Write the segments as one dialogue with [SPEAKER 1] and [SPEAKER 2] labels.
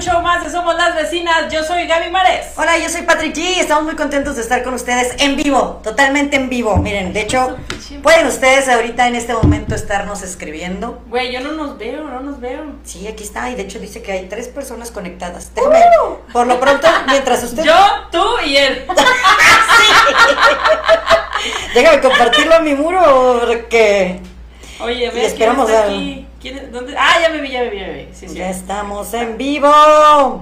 [SPEAKER 1] show más de Somos las Vecinas. Yo soy Gaby Mares.
[SPEAKER 2] Hola, yo soy Patrick G y estamos muy contentos de estar con ustedes en vivo, totalmente en vivo. Miren, de hecho, pueden ustedes ahorita en este momento estarnos escribiendo.
[SPEAKER 1] Güey, yo no nos veo, no nos veo.
[SPEAKER 2] Sí, aquí está, y de hecho dice que hay tres personas conectadas. Déjame, por lo pronto, mientras usted...
[SPEAKER 1] ¡Uh! Yo, tú y él.
[SPEAKER 2] Déjame compartirlo a mi muro, porque...
[SPEAKER 1] Oye,
[SPEAKER 2] Y
[SPEAKER 1] ve, ¿quién
[SPEAKER 2] esperamos
[SPEAKER 1] está
[SPEAKER 2] al-
[SPEAKER 1] aquí? ¿Quién es- dónde? Ah, ya me vi, ya me vi, ya me vi. Sí, sí.
[SPEAKER 2] Ya estamos en vivo.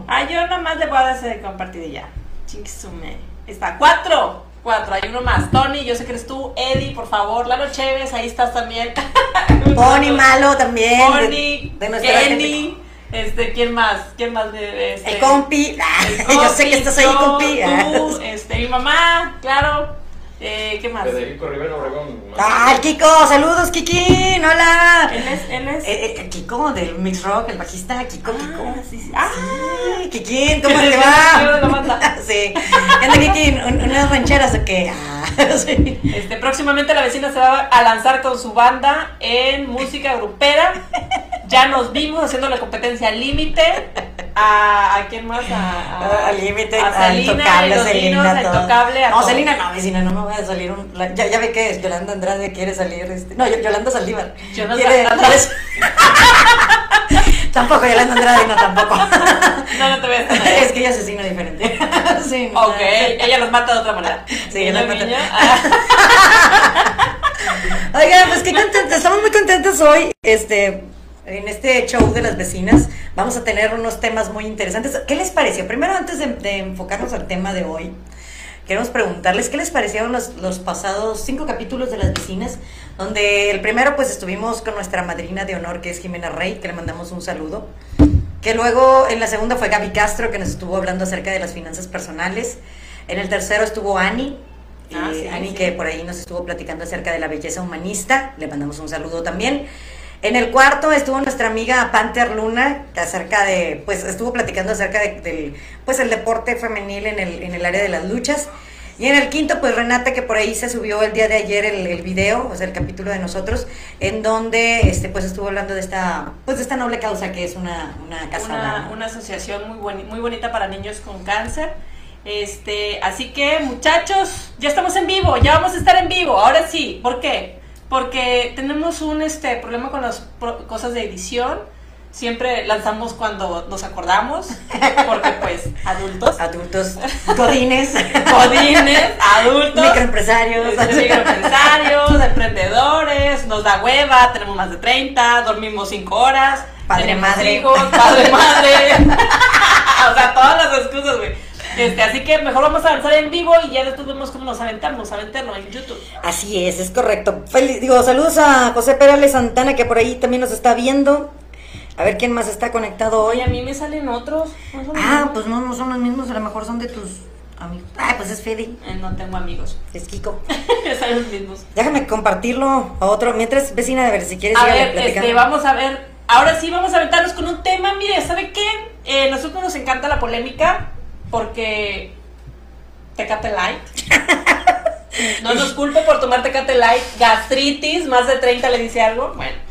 [SPEAKER 1] Ah, yo nomás le voy a dar ese compartir y ya. Chingsume. Está, cuatro. Cuatro, hay uno más. Tony, yo sé que eres tú. Eddie, por favor. Lalo Chévez, ahí estás también.
[SPEAKER 2] Pony Malo también. de-
[SPEAKER 1] Tony,
[SPEAKER 2] de nuestra gente.
[SPEAKER 1] Kenny. Este, ¿quién más? ¿Quién más de este?
[SPEAKER 2] El compi. Ah,
[SPEAKER 1] El
[SPEAKER 2] yo
[SPEAKER 1] compi,
[SPEAKER 2] sé que estás ahí,
[SPEAKER 1] yo,
[SPEAKER 2] compi.
[SPEAKER 1] tú, este, mi mamá, claro. Eh, ¿Qué más? Él
[SPEAKER 3] Federico Rivera Obregón.
[SPEAKER 2] Ah, el Kiko, saludos, Kiki. Hola.
[SPEAKER 1] es, él es.
[SPEAKER 2] Eh, eh, Kiko del Mix Rock, el bajista, Kiko, Kiko.
[SPEAKER 1] Ah, sí, sí. Ah,
[SPEAKER 2] Ay, Kikín, ¿cómo
[SPEAKER 1] El
[SPEAKER 2] te
[SPEAKER 1] delantero de la
[SPEAKER 2] va?
[SPEAKER 1] banda.
[SPEAKER 2] sí. ¿Qué onda, Kikín? ¿Un- ¿Unas rancheras o qué? Ah, sí.
[SPEAKER 1] Este, próximamente la vecina se va a lanzar con su banda en música grupera. Ya nos vimos haciendo la competencia al límite. ¿A, ¿A quién más? A,
[SPEAKER 2] Ah, Al límite,
[SPEAKER 1] a
[SPEAKER 2] ah,
[SPEAKER 1] Selena,
[SPEAKER 2] intocable,
[SPEAKER 1] a
[SPEAKER 2] Selena,
[SPEAKER 1] a
[SPEAKER 2] todo.
[SPEAKER 1] Intocable, a
[SPEAKER 2] No,
[SPEAKER 1] todos.
[SPEAKER 2] Selena no, vecina, no me voy a salir un... la- ya, ya ve que Yolanda Andrade quiere salir, este... No, Yo- Yolanda Saldívar.
[SPEAKER 1] Yolanda
[SPEAKER 2] quiere-
[SPEAKER 1] Andrade.
[SPEAKER 2] tampoco, Yolanda Andrade, no, tampoco.
[SPEAKER 1] No, no te voy a estar ahí.
[SPEAKER 2] es que ella asesina diferente. sí, no.
[SPEAKER 1] Ok, ella los mata de otra manera.
[SPEAKER 2] Sí,
[SPEAKER 1] Y
[SPEAKER 2] los
[SPEAKER 1] la
[SPEAKER 2] mata.
[SPEAKER 1] niña, ah,
[SPEAKER 2] Oigan, pues qué contentos, estamos muy contentos hoy, este, en este show de las vecinas, vamos a tener unos temas muy interesantes. ¿Qué les pareció? Primero, antes de, de enfocarnos al tema de hoy, queremos preguntarles, ¿qué les parecieron los, los pasados cinco capítulos de las vecinas? Donde el primero, pues estuvimos con nuestra madrina de honor, que es Jimena Rey, que le mandamos un saludo. Que luego en la segunda fue Gaby Castro, que nos estuvo hablando acerca de las finanzas personales. En el tercero estuvo Ani.
[SPEAKER 1] Ah,
[SPEAKER 2] eh,
[SPEAKER 1] sí,
[SPEAKER 2] Ani
[SPEAKER 1] sí.
[SPEAKER 2] que por ahí nos estuvo platicando acerca de la belleza humanista. Le mandamos un saludo también. En el cuarto estuvo nuestra amiga Panther Luna, que acerca de, pues estuvo platicando acerca de- del, pues el deporte femenil en el, en el área de las luchas. Y en el quinto, pues Renata, que por ahí se subió el día de ayer el, el video, o sea, el capítulo de nosotros, en donde, este, pues estuvo hablando de esta, pues de esta noble causa que es una, una casa
[SPEAKER 1] una,
[SPEAKER 2] hogar.
[SPEAKER 1] una asociación muy, boni- muy bonita para niños con cáncer. Este, así que muchachos, ya estamos en vivo, ya vamos a estar en vivo, ahora sí. ¿Por qué? Porque tenemos un este problema con las pro- cosas de edición. Siempre lanzamos cuando nos acordamos, porque pues adultos,
[SPEAKER 2] Adultos, godines,
[SPEAKER 1] godines, adultos,
[SPEAKER 2] microempresarios.
[SPEAKER 1] Este, microempresarios, emprendedores, nos da hueva, tenemos más de 30, dormimos 5 horas,
[SPEAKER 2] Padre,
[SPEAKER 1] tenemos
[SPEAKER 2] madre.
[SPEAKER 1] hijos, padre madre. o sea, todas las excusas, güey. Este, así que mejor vamos a avanzar en vivo y ya después vemos cómo nos aventamos, aventarlo en YouTube.
[SPEAKER 2] Así es, es correcto. Feliz- digo, saludos a José Perales Santana, que por ahí también nos está viendo. A ver quién más está conectado hoy.
[SPEAKER 1] Oye, a mí me salen otros. ¿no son
[SPEAKER 2] Ah,
[SPEAKER 1] amigos?
[SPEAKER 2] pues no, no son los mismos, a lo mejor son de tus amigos. Ah, pues es Fede,
[SPEAKER 1] Eh, no tengo amigos.
[SPEAKER 2] es Kiko.
[SPEAKER 1] me salen los mismos.
[SPEAKER 2] Déjame compartirlo a otro. Mientras, vecina, a ver si quieres
[SPEAKER 1] A
[SPEAKER 2] sígale
[SPEAKER 1] ver, este, vamos a ver. Ahora sí, vamos a aventarnos con un tema. Mire, ¿sabe qué? Eh, nosotros nos encanta la polémica porque Tecate Light. No nos culpe por tomar Tecate Light. Gastritis, más de 30 le dice algo. Bueno.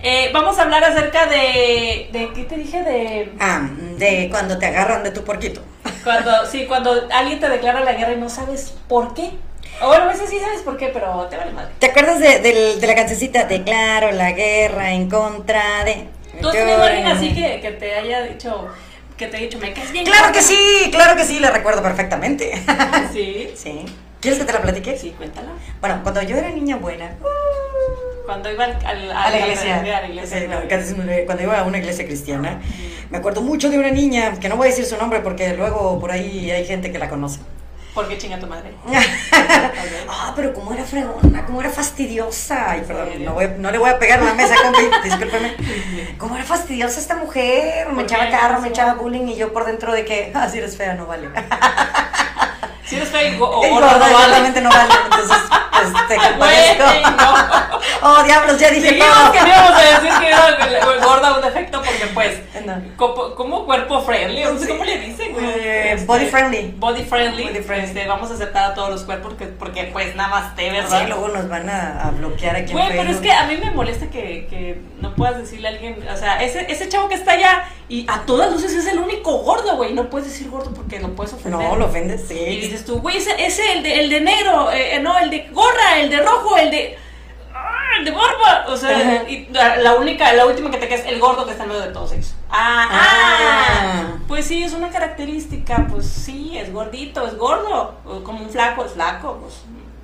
[SPEAKER 1] Eh, vamos a hablar acerca de, de... ¿Qué te dije? De...
[SPEAKER 2] Ah, de cuando te agarran de tu porquito.
[SPEAKER 1] Cuando, sí, cuando alguien te declara la guerra y no sabes por qué. O bueno, a veces sí sabes por qué, pero te vale madre.
[SPEAKER 2] ¿Te acuerdas de, del- de la cancioncita de Claro, la guerra en contra de...
[SPEAKER 1] ¿Tú has tenido alguien así que, que te haya dicho... Que te haya dicho, me caes bien.
[SPEAKER 2] Claro que sí, claro que sí, la recuerdo perfectamente.
[SPEAKER 1] Sí.
[SPEAKER 2] sí. ¿Quieres que te la platique?
[SPEAKER 1] Sí, cuéntala.
[SPEAKER 2] Bueno, cuando yo era niña buena,
[SPEAKER 1] Cuando iba al, al-
[SPEAKER 2] a
[SPEAKER 1] al-
[SPEAKER 2] la iglesia,
[SPEAKER 1] a Ah, la iglesia, Ah,
[SPEAKER 2] sí,
[SPEAKER 1] ¿no?
[SPEAKER 2] no, casi me- cuando iba a una iglesia cristiana, me acuerdo mucho de una niña, que no voy a decir su nombre porque luego por ahí hay gente que la conoce.
[SPEAKER 1] ¿Por qué chinga tu madre? Ok.
[SPEAKER 2] Ah, pero cómo era fregona, cómo era fastidiosa. Ay, perdón,
[SPEAKER 1] serio?
[SPEAKER 2] no, voy a- no le voy a pegar a la mesa, compi, discúlpeme. Cómo era fastidiosa esta mujer. Me
[SPEAKER 1] ¿Por
[SPEAKER 2] echaba
[SPEAKER 1] qué?
[SPEAKER 2] carro, me
[SPEAKER 1] Sí.
[SPEAKER 2] echaba bullying y yo por dentro de que, ah, si eres fea, no vale.
[SPEAKER 1] Si eres feo y go- o
[SPEAKER 2] Y
[SPEAKER 1] gordo,
[SPEAKER 2] gorda,
[SPEAKER 1] no vale.
[SPEAKER 2] realmente no vale. Entonces, pues, te
[SPEAKER 1] Güey,
[SPEAKER 2] compadezco.
[SPEAKER 1] no.
[SPEAKER 2] Oh, diablos, ya dije
[SPEAKER 1] Dijimos
[SPEAKER 2] todo.
[SPEAKER 1] que no íbamos a decir que era el- el gorda un defecto porque pues
[SPEAKER 2] No.
[SPEAKER 1] Copo- ¿Cómo cuerpo friendly? O sea, ¿Cómo le dicen? güey?
[SPEAKER 2] Eh,
[SPEAKER 1] Este,
[SPEAKER 2] body friendly.
[SPEAKER 1] Body friendly.
[SPEAKER 2] Body friendly.
[SPEAKER 1] Este, vamos a aceptar a todos los cuerpos porque, porque pues nada más te, ¿verdad?
[SPEAKER 2] Sí, luego nos van a, a bloquear aquí en
[SPEAKER 1] Güey, pero es
[SPEAKER 2] Facebook.
[SPEAKER 1] que a mí me molesta que, que no puedas decirle a alguien, o sea, ese, ese chavo que está allá y a todas luces es el único gordo, güey, no puedes decir gordo porque lo puedes ofender.
[SPEAKER 2] No, lo ofendes,
[SPEAKER 1] Y
[SPEAKER 2] sí.
[SPEAKER 1] dices tú, güey, ese, ese, el de, el de negro, eh, eh, no, el de gorra, el de rojo, el de... ¡Ah, el de barba! O sea,
[SPEAKER 2] Ajá.
[SPEAKER 1] y la, la única, la última que te queda es el gordo que está en medio de todos ellos. Ah, ah,
[SPEAKER 2] Ah.
[SPEAKER 1] Pues sí, es una característica, pues sí, es gordito, es gordo, o como un flaco, es flaco, pues...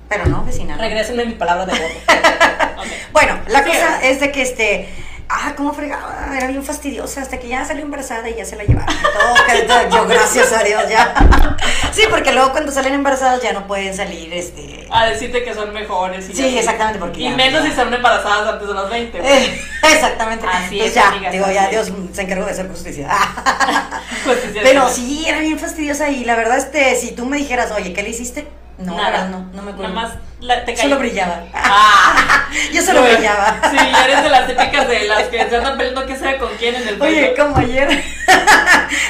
[SPEAKER 2] Pero no, vecina. no.
[SPEAKER 1] Regrésenme mi palabra de gordo. Ok.
[SPEAKER 2] Bueno, la
[SPEAKER 1] Sí.
[SPEAKER 2] cosa es de que este. Ah, cómo fregaba, era bien fastidiosa, hasta que ya salió embarazada y ya se la llevaron. y todo, que- todo, yo, gracias a Dios, ya. Sí, porque luego cuando salen embarazadas ya no pueden salir, este.
[SPEAKER 1] a decirte que son mejores. Y
[SPEAKER 2] Sí, exactamente, porque
[SPEAKER 1] Y
[SPEAKER 2] ya-
[SPEAKER 1] menos si son embarazadas antes de los pues, 20. güey.
[SPEAKER 2] Eh, exactamente.
[SPEAKER 1] Así
[SPEAKER 2] Entonces
[SPEAKER 1] es,
[SPEAKER 2] ya,
[SPEAKER 1] amigas,
[SPEAKER 2] digo,
[SPEAKER 1] así
[SPEAKER 2] ya
[SPEAKER 1] es.
[SPEAKER 2] Dios se encargó de hacer justicia.
[SPEAKER 1] Pues sí, sí,
[SPEAKER 2] Pero
[SPEAKER 1] sí.
[SPEAKER 2] sí, era bien fastidiosa y la verdad, este, si tú me dijeras, oye, ¿qué le hiciste? No, la
[SPEAKER 1] Nada.
[SPEAKER 2] verdad, no, no me acuerdo.
[SPEAKER 1] Nada más la- te caí.
[SPEAKER 2] Solo brillaba.
[SPEAKER 1] Ah,
[SPEAKER 2] Yo solo
[SPEAKER 1] Güey,
[SPEAKER 2] brillaba.
[SPEAKER 1] Sí, eres de las típicas de las que se andan peleando que sea con quién en el
[SPEAKER 2] Oye,
[SPEAKER 1] pueblo.
[SPEAKER 2] como ayer,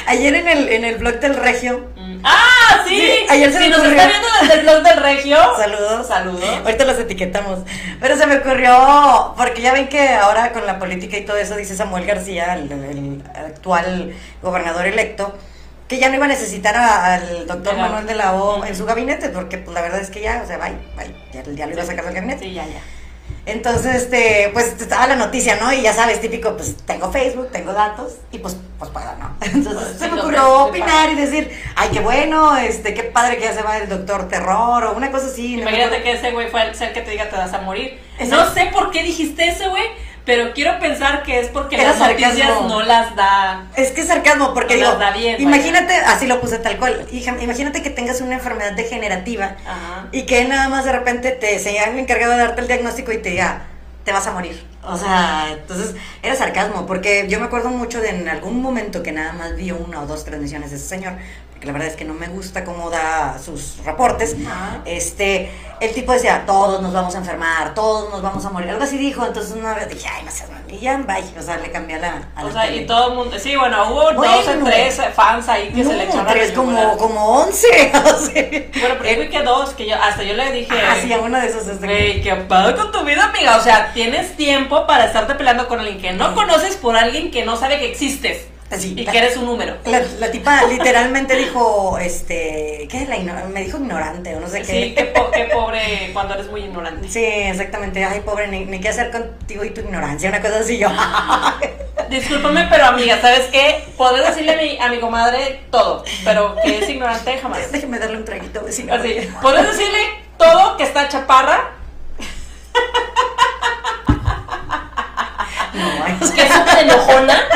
[SPEAKER 2] ayer en el, en el blog del Regio,
[SPEAKER 1] Mm. ¡Ah, sí!
[SPEAKER 2] Sí, ayer se
[SPEAKER 1] si
[SPEAKER 2] me
[SPEAKER 1] nos
[SPEAKER 2] ocurrió.
[SPEAKER 1] está viendo desde el blog del regio,
[SPEAKER 2] saludos,
[SPEAKER 1] saludos.
[SPEAKER 2] ahorita los etiquetamos, pero se me ocurrió, porque ya ven que ahora con la política y todo eso, dice Samuel García, el, el actual gobernador electo, que ya no iba a necesitar a- al doctor
[SPEAKER 1] Claro.
[SPEAKER 2] Manuel de la O
[SPEAKER 1] Ujú.
[SPEAKER 2] en su gabinete, porque pues la verdad es que ya, o sea, bye, bye, ya, ya lo iba a sacar del gabinete.
[SPEAKER 1] Sí, ya, ya.
[SPEAKER 2] Entonces, este, pues estaba la noticia, ¿no? Y ya sabes, típico, pues tengo Facebook, tengo datos y pues, pues paga, ¿no? Entonces
[SPEAKER 1] Pues,
[SPEAKER 2] se
[SPEAKER 1] sí,
[SPEAKER 2] me
[SPEAKER 1] lo
[SPEAKER 2] ocurrió
[SPEAKER 1] ves, sí,
[SPEAKER 2] opinar y decir, ay, qué bueno, este, qué padre que ya se va el doctor terror o una cosa así. no me
[SPEAKER 1] Imagínate
[SPEAKER 2] acuerdo.
[SPEAKER 1] que ese güey fue el ser que te diga te vas a morir.
[SPEAKER 2] Exacto.
[SPEAKER 1] No sé por qué dijiste eso, güey, pero quiero pensar que es porque
[SPEAKER 2] Era
[SPEAKER 1] las noticias
[SPEAKER 2] sarcasmo.
[SPEAKER 1] no las da.
[SPEAKER 2] Es que es sarcasmo, porque
[SPEAKER 1] No,
[SPEAKER 2] digo,
[SPEAKER 1] está bien, vaya.
[SPEAKER 2] imagínate, así lo puse tal cual, hija, imagínate que tengas una enfermedad degenerativa
[SPEAKER 1] Ajá.
[SPEAKER 2] y que nada más de repente te sea el encargado de darte el diagnóstico y te diga, te vas a morir. O sea, entonces era sarcasmo, porque yo me acuerdo mucho de en algún momento que nada más vi una o dos transmisiones de ese señor, porque la verdad es que no me gusta cómo da sus reportes.
[SPEAKER 1] Ajá.
[SPEAKER 2] Este, el tipo decía, todos nos vamos a enfermar, todos nos vamos a morir, algo así dijo, entonces una vez dije, ay, no seas mal", y ya, bye, o sea, le cambié a la... a
[SPEAKER 1] O
[SPEAKER 2] la
[SPEAKER 1] sea,
[SPEAKER 2] tele.
[SPEAKER 1] y todo el mundo. Sí, bueno, hubo dos o
[SPEAKER 2] Bueno.
[SPEAKER 1] tres fans ahí que
[SPEAKER 2] no,
[SPEAKER 1] se le echaron
[SPEAKER 2] tres,
[SPEAKER 1] la
[SPEAKER 2] como,
[SPEAKER 1] yugular.
[SPEAKER 2] como once, o sea.
[SPEAKER 1] Bueno, pero yo vi que dos, que yo, hasta yo le dije.
[SPEAKER 2] Ah, sí, a uno de este, esos es de-
[SPEAKER 1] Güey, qué pedo con tu vida, amiga. O sea, tienes tiempo para estarte peleando con alguien que no conoces por alguien que no sabe que existes
[SPEAKER 2] Así,
[SPEAKER 1] y
[SPEAKER 2] la-
[SPEAKER 1] que eres un número.
[SPEAKER 2] La, la tipa literalmente dijo, este, ¿qué es la ignorante? Me dijo ignorante o no sé
[SPEAKER 1] Sí,
[SPEAKER 2] qué.
[SPEAKER 1] qué, po- qué pobre cuando eres muy ignorante.
[SPEAKER 2] Sí, exactamente. Ay, pobre, ni, ni qué hacer contigo y tu ignorancia, una cosa así yo.
[SPEAKER 1] Discúlpame, pero amiga, ¿sabes qué? Podré decirle a mi, a mi comadre todo, pero que es ignorante jamás.
[SPEAKER 2] Déjeme darle un traguito, vecino.
[SPEAKER 1] Así, podrás decirle todo que está chaparra,
[SPEAKER 2] No, ay,
[SPEAKER 1] que es una enojona,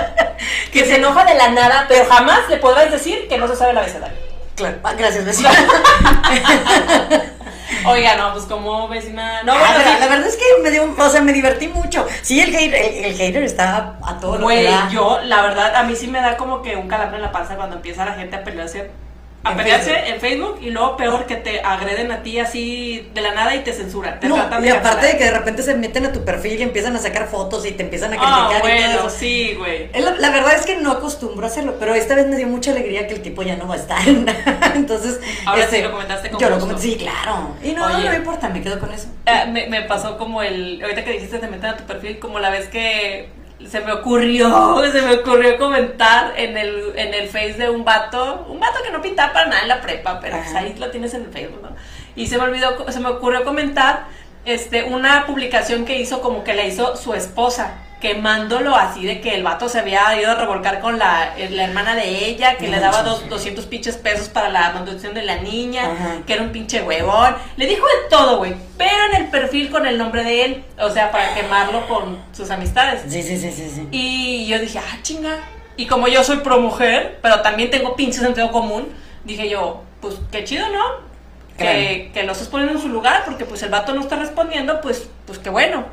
[SPEAKER 1] que se enoja de la nada, pero jamás le podrás decir que no se sabe el abecedario.
[SPEAKER 2] claro. Ah, gracias, vecino.
[SPEAKER 1] Oiga, no, pues como vecina. No,
[SPEAKER 2] Ah,
[SPEAKER 1] bueno,
[SPEAKER 2] la, la
[SPEAKER 1] sí.
[SPEAKER 2] verdad es que me dio, un- o sea, me divertí mucho. Sí, el hater, el, el hater está a todo lo que
[SPEAKER 1] Güey,
[SPEAKER 2] da.
[SPEAKER 1] yo, la verdad, a mí sí me da como que un calambre en la panza cuando empieza la gente a pelearse. A
[SPEAKER 2] En
[SPEAKER 1] pelearse
[SPEAKER 2] Facebook.
[SPEAKER 1] en Facebook y luego peor que te agreden a ti así de la nada y te censuran. Te
[SPEAKER 2] No,
[SPEAKER 1] tratan
[SPEAKER 2] y aparte
[SPEAKER 1] cancelar.
[SPEAKER 2] de que de repente se meten a tu perfil y empiezan a sacar fotos y te empiezan a
[SPEAKER 1] Ah,
[SPEAKER 2] criticar y todo
[SPEAKER 1] bueno,
[SPEAKER 2] eso.
[SPEAKER 1] sí, güey.
[SPEAKER 2] Es La, la verdad es que no acostumbro a hacerlo, pero esta vez me dio mucha alegría que el tipo ya no va a estar. Entonces, este,
[SPEAKER 1] Ahora sí lo comentaste con
[SPEAKER 2] yo lo
[SPEAKER 1] gusto.
[SPEAKER 2] comenté, sí, claro. Y no,
[SPEAKER 1] Oye.
[SPEAKER 2] no me importa, me quedo con eso.
[SPEAKER 1] Ah, me, me pasó como el. Ahorita que dijiste te meten a tu perfil, como la vez que se me ocurrió, se me ocurrió comentar en el, en el face de un vato, un vato que no pintaba para nada en la prepa, pero pues
[SPEAKER 2] Ajá.
[SPEAKER 1] ahí lo tienes en el Facebook, ¿no? Y se me olvidó, co- se me ocurrió comentar este, una publicación que hizo como que la hizo su esposa quemándolo así de que el vato se había ido a revolcar con la, eh, la hermana de ella, que
[SPEAKER 2] No
[SPEAKER 1] le daba
[SPEAKER 2] manches.
[SPEAKER 1] dos, 200 pinches pesos para la manutención de la niña,
[SPEAKER 2] Ajá.
[SPEAKER 1] que era un pinche huevón. Le dijo de todo, güey. Pero en el perfil con el nombre de él. O sea, para quemarlo con sus amistades.
[SPEAKER 2] Sí, sí, sí, sí, sí.
[SPEAKER 1] Y yo dije, ah, chinga. Y como yo soy pro mujer, pero también tengo pinche sentido común, dije yo, pues qué chido, ¿no? Que, que los estás poniendo en su lugar, porque pues el vato no está respondiendo, pues, pues qué bueno.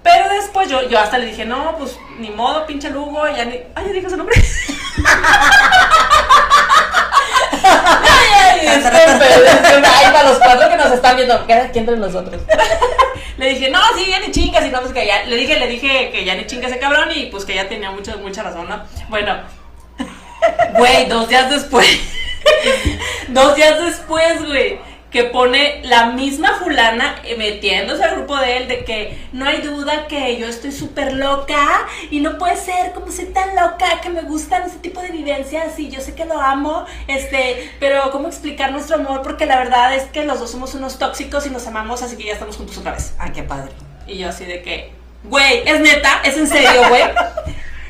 [SPEAKER 1] Pero después yo, yo hasta le dije, no, pues ni modo, pinche Lugo, ya ni. Ay, ya dije su nombre. Ay, ay, este pendejo. Ay, para los cuatro que nos están viendo, queda aquí entre nosotros. Le dije, no, sí, ya ni chingas, y vamos que ya. Le dije, le dije que ya ni chingas ese cabrón, y pues que ya tenía mucha, mucha razón, ¿no? Bueno, güey, dos días después. dos días después, güey que pone la misma fulana eh, metiéndose al grupo de él de que no hay duda que yo estoy súper loca y no puede ser como soy tan loca que me gustan ese tipo de vivencias y yo sé que lo amo, este, pero cómo explicar nuestro amor porque la verdad es que los dos somos unos tóxicos y nos amamos así que ya estamos juntos otra vez.
[SPEAKER 2] Ay, qué padre.
[SPEAKER 1] Y yo así de que, güey, es neta, es en serio, güey.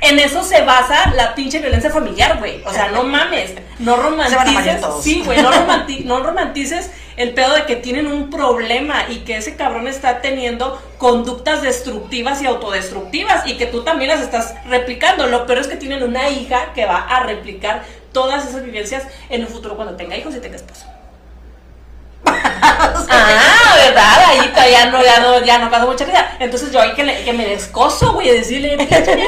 [SPEAKER 1] En eso se basa la pinche violencia familiar, güey. O sea, no mames. No romantices.
[SPEAKER 2] todos.
[SPEAKER 1] Sí, güey. No, romanti- no romantices el pedo de que tienen un problema y que ese cabrón está teniendo conductas destructivas y autodestructivas y que tú también las estás replicando. Lo peor es que tienen una hija que va a replicar todas esas vivencias en un futuro cuando tenga hijos y tenga esposo. Ah, ¿verdad? Ahí todavía no, ya no, ya no pasó mucha vida. Entonces yo ahí que, le- que me descoso, güey, y decirle, "Pinche vieja de la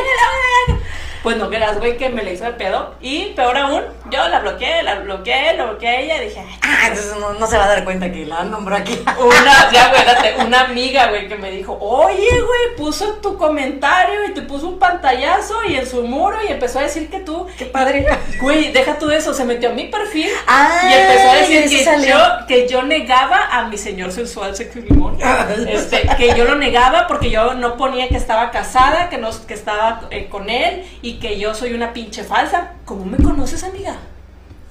[SPEAKER 1] verga". pues no creas, güey, que me le hizo el pedo. Y peor aún, yo la bloqueé, la bloqueé, la bloqueé a ella, dije, "Ay".
[SPEAKER 2] Ah, entonces no, no se va a dar cuenta que la nombró aquí.
[SPEAKER 1] una, ya, güey, espérate, una amiga, güey, que me dijo, oye, güey, puso tu comentario y te puso un pantallazo y en su muro y empezó a decir que tú,
[SPEAKER 2] Qué padre.
[SPEAKER 1] güey, deja tú eso, se metió a mi perfil.
[SPEAKER 2] Ah,
[SPEAKER 1] Y empezó a decir
[SPEAKER 2] eso
[SPEAKER 1] que
[SPEAKER 2] salió.
[SPEAKER 1] yo, que yo negaba a mi señor sensual sexy limón. Este, que yo lo negaba porque yo no ponía que estaba casada, que no que estaba eh, con él y que yo soy una pinche falsa. ¿Cómo me conoces, amiga?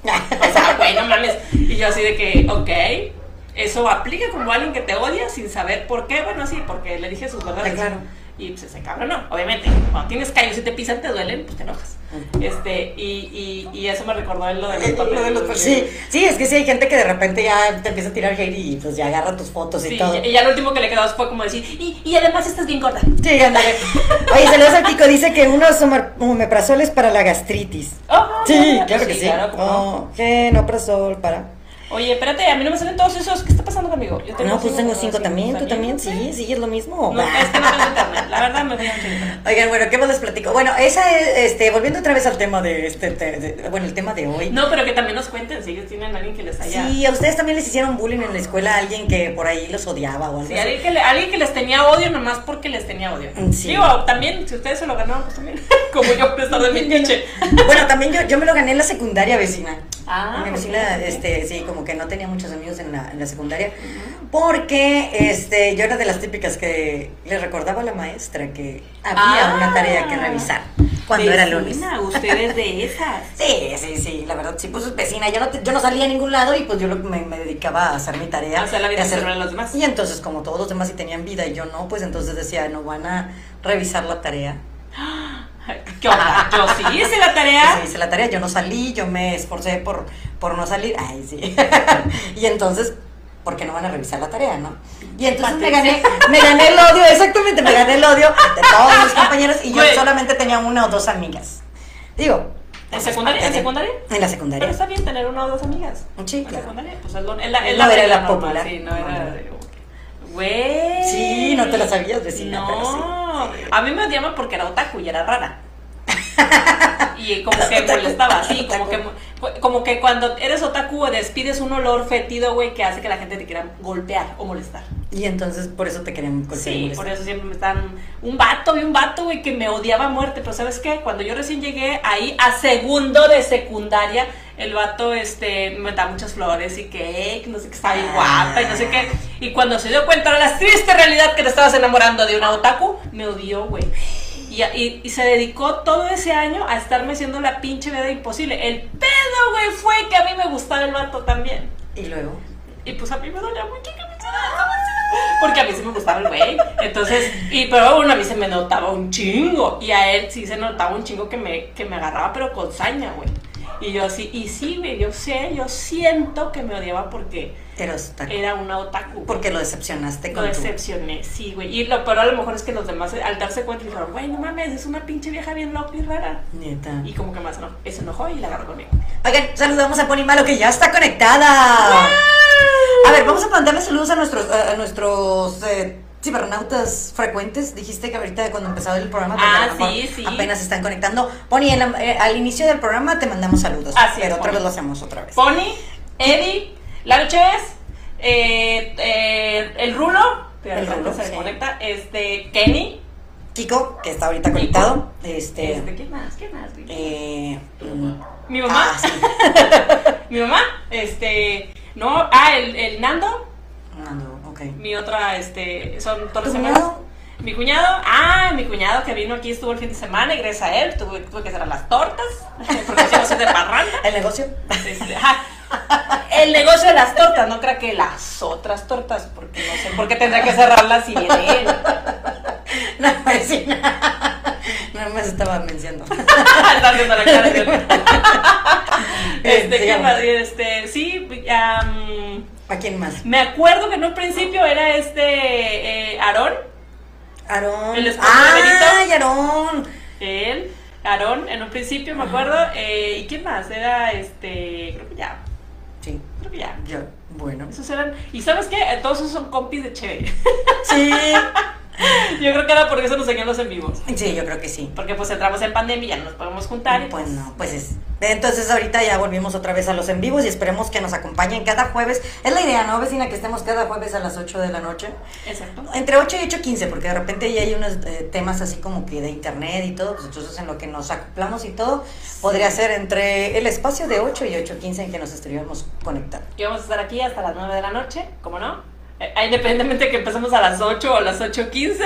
[SPEAKER 1] O sea, güey, no mames. Y yo así de que, ok, eso aplica como alguien que te odia sin saber por qué. Bueno, sí, porque le dije sus verdades.
[SPEAKER 2] Ah, claro.
[SPEAKER 1] Y pues ese cabrón no, obviamente. Cuando tienes callos y te pisan, te duelen, pues te enojas. Este, y, y, y eso me recordó en lo de los
[SPEAKER 2] Lo de los-
[SPEAKER 1] papeles.
[SPEAKER 2] Sí, sí, es que sí hay gente que de repente ya te empieza a tirar hate y pues ya agarra tus fotos y
[SPEAKER 1] Sí,
[SPEAKER 2] todo.
[SPEAKER 1] y- y ya lo último que le quedó fue como decir, y, y además estás bien gorda.
[SPEAKER 2] Sí, ándale. Oye, saludos al Tico, dice que unos omar- omeprazoles para la gastritis.
[SPEAKER 1] Oh,
[SPEAKER 2] Sí,
[SPEAKER 1] mira,
[SPEAKER 2] claro que sí.
[SPEAKER 1] claro, ¿cómo no?
[SPEAKER 2] Oh, genoprazol para.
[SPEAKER 1] Oye, espérate, a mí no me salen todos esos. ¿Qué está pasando conmigo? Yo
[SPEAKER 2] No, pues tengo cinco
[SPEAKER 1] cinco
[SPEAKER 2] también, tú también, sí, sí, es lo mismo.
[SPEAKER 1] No, es que no tengo internet. La verdad me voy a internet.
[SPEAKER 2] Oigan, bueno, ¿qué más les platico? Bueno, esa es, este, volviendo otra vez al tema de este, te- de- bueno, el tema de hoy.
[SPEAKER 1] No, pero que también nos cuenten si ellos tienen a alguien que les haya.
[SPEAKER 2] Sí, a ustedes también les hicieron bullying en la escuela a alguien que por ahí los odiaba o algo
[SPEAKER 1] Sí,
[SPEAKER 2] así.
[SPEAKER 1] alguien que, le- alguien que les tenía odio nomás porque les tenía odio.
[SPEAKER 2] Mm, Sí.
[SPEAKER 1] Digo, también, si ustedes se lo ganaron, pues también. Como yo, a pesar de mi pinche.
[SPEAKER 2] Bueno, también yo, yo me lo gané en la secundaria vecina.
[SPEAKER 1] Ah,
[SPEAKER 2] Mi
[SPEAKER 1] ok,
[SPEAKER 2] vecina,
[SPEAKER 1] ok.
[SPEAKER 2] este, sí, como que no tenía muchos amigos en la, en la secundaria. Porque este, yo era de las típicas que le recordaba a la maestra que había
[SPEAKER 1] Ah.
[SPEAKER 2] una tarea que revisar cuando era lunes.
[SPEAKER 1] Vecina, ustedes de esas.
[SPEAKER 2] Sí, sí, sí, la verdad, sí, pues vecina, yo no, te- yo no salía a ningún lado y pues yo lo- me, me dedicaba a hacer mi tarea.
[SPEAKER 1] A hacer la vida
[SPEAKER 2] y
[SPEAKER 1] miserable a los demás.
[SPEAKER 2] Y entonces, como todos los demás sí tenían vida y yo no, pues entonces decía, no van a revisar la tarea.
[SPEAKER 1] ¿Qué onda? Yo sí hice la tarea.
[SPEAKER 2] Pues, hice la tarea, yo no salí, yo me esforcé por, por no salir. Ay, sí. y entonces, ¿por qué no van a revisar la tarea, no? Y entonces me gané, me gané el odio, exactamente, me gané el odio de todos mis compañeros y yo
[SPEAKER 1] Güey.
[SPEAKER 2] solamente tenía una o dos amigas. Digo.
[SPEAKER 1] ¿En secundaria? ¿En secundaria?
[SPEAKER 2] En la
[SPEAKER 1] Pero
[SPEAKER 2] secundaria. Ah,
[SPEAKER 1] está bien tener una o dos amigas.
[SPEAKER 2] Sí,
[SPEAKER 1] En
[SPEAKER 2] claro.
[SPEAKER 1] secundaria, pues es lo- es la, es
[SPEAKER 2] No era
[SPEAKER 1] regla
[SPEAKER 2] la
[SPEAKER 1] normal,
[SPEAKER 2] popular.
[SPEAKER 1] Sí, no era.
[SPEAKER 2] No.
[SPEAKER 1] de- Güey.
[SPEAKER 2] Sí, no te la sabías, vecina,
[SPEAKER 1] No.
[SPEAKER 2] pero sí, sí.
[SPEAKER 1] A mí me odiaban porque era otaku y era rara. Y como que
[SPEAKER 2] Otaku,
[SPEAKER 1] molestaba, sí,
[SPEAKER 2] otaku.
[SPEAKER 1] como que, mo- como que cuando eres otaku despides un olor fétido, güey, que hace que la gente te quiera golpear o molestar.
[SPEAKER 2] Y entonces por eso te querían golpear y
[SPEAKER 1] Sí,
[SPEAKER 2] molestar.
[SPEAKER 1] por eso siempre me están. Un vato, vi un vato, güey, que me odiaba a muerte. Pero ¿sabes qué? Cuando yo recién llegué ahí a segundo de secundaria, el vato este, me da muchas flores y que, eh, que no sé qué, está bien guapa y no sé qué. Y cuando se dio cuenta de la triste realidad que te estabas enamorando de una otaku, me odió, güey. Y, y- y se dedicó todo ese año a estarme haciendo la pinche vida imposible. El pedo, güey, fue que a mí me gustaba el vato también.
[SPEAKER 2] Y luego.
[SPEAKER 1] Y pues a mí me dolía mucho que me hicieran esa vacía, Porque a mí sí me gustaba el güey. Entonces, y pero bueno, a mí se me notaba un chingo. Y a él sí se notaba un chingo que me, que me agarraba, pero con saña, güey. Y yo sí, y sí, güey, yo sé, yo siento que me odiaba porque
[SPEAKER 2] Pero está-
[SPEAKER 1] era una otaku. Porque
[SPEAKER 2] Porque lo decepcionaste
[SPEAKER 1] lo
[SPEAKER 2] con tu...
[SPEAKER 1] decepcioné, sí, güey. Y lo peor a lo mejor es que los demás al darse cuenta dijeron, güey, no mames, es una pinche vieja bien loca y rara.
[SPEAKER 2] Neta.
[SPEAKER 1] Y como que más enojó, se enojó y la agarró conmigo.
[SPEAKER 2] Oigan, saludamos a Pony Malo que ya está conectada. A ver, vamos a mandarle saludos a nuestros, a a nuestros eh, cibernautas frecuentes. Dijiste que ahorita cuando empezaba el programa, pues,
[SPEAKER 1] Ah,
[SPEAKER 2] a lo mejor
[SPEAKER 1] sí, sí.
[SPEAKER 2] apenas están conectando. Pony, en la- eh, al inicio del programa te mandamos saludos.
[SPEAKER 1] Así es,
[SPEAKER 2] pero otra
[SPEAKER 1] Pony.
[SPEAKER 2] vez lo hacemos otra vez.
[SPEAKER 1] Pony, Eddie, la noche es, eh, eh, el Rulo, que de
[SPEAKER 2] El
[SPEAKER 1] repente
[SPEAKER 2] Rulo,
[SPEAKER 1] se
[SPEAKER 2] sí.
[SPEAKER 1] desconecta, este, Kenny,
[SPEAKER 2] Kiko, que está ahorita conectado. Este.
[SPEAKER 1] este, ¿qué más? ¿Qué más? güey?
[SPEAKER 2] eh, mm,
[SPEAKER 1] Mi mamá,
[SPEAKER 2] ah, sí. ah.
[SPEAKER 1] mi mamá, este, no, ah, el, el Nando,
[SPEAKER 2] Nando, Ah, ok.
[SPEAKER 1] mi otra, este, son todas
[SPEAKER 2] ¿Tu
[SPEAKER 1] las semanas.
[SPEAKER 2] cuñado?
[SPEAKER 1] Mi cuñado, ah, mi cuñado que vino aquí estuvo el fin de semana, y gracias a él, tuve, tuve que cerrar las tortas, porque si no soy de parranda.
[SPEAKER 2] El negocio.
[SPEAKER 1] Este, ajá. El negocio de las tortas, no crea que las otras tortas, porque no sé, porque tendría que cerrarlas si viene él.
[SPEAKER 2] No, pues, sí, no. Nada más estaba mencionando.
[SPEAKER 1] Está haciendo la cara de- Este, ¿qué
[SPEAKER 2] Sigamos.
[SPEAKER 1] más? Este, sí, am,
[SPEAKER 2] ¿A quién más?
[SPEAKER 1] me acuerdo que en un principio era este eh, Aarón,
[SPEAKER 2] Aarón.
[SPEAKER 1] El esposo de Benito.
[SPEAKER 2] ¡Ay, Aarón!
[SPEAKER 1] él, Aarón, en un principio me acuerdo, eh, ¿y quién más? Era este, creo que ya,
[SPEAKER 2] Sí,
[SPEAKER 1] creo que ya.
[SPEAKER 2] yo. Bueno.
[SPEAKER 1] Esos eran, y ¿sabes qué? Eh, Todos esos son compis de Chévere.
[SPEAKER 2] Sí.
[SPEAKER 1] Yo creo que era porque eso nos seguían los en vivos.
[SPEAKER 2] Sí, yo creo que sí.
[SPEAKER 1] Porque pues entramos en pandemia, ya no nos podemos juntar. y,
[SPEAKER 2] Pues no, pues es. Entonces ahorita ya volvimos otra vez a los en vivos y esperemos que nos acompañen cada jueves. Es la idea, ¿no, vecina? Que estemos cada jueves a las 8 de la noche.
[SPEAKER 1] Exacto.
[SPEAKER 2] Entre 8 y 8.15, porque de repente ya hay unos eh, temas así como que de internet y todo, pues entonces en lo que nos acoplamos y todo, podría ser entre el espacio de 8 y 8.15 en que nos estuviéramos conectando.
[SPEAKER 1] Y vamos a estar aquí hasta las 9 de la noche, ¿cómo no? Eh, independientemente de que empecemos a las 8 o las 8.15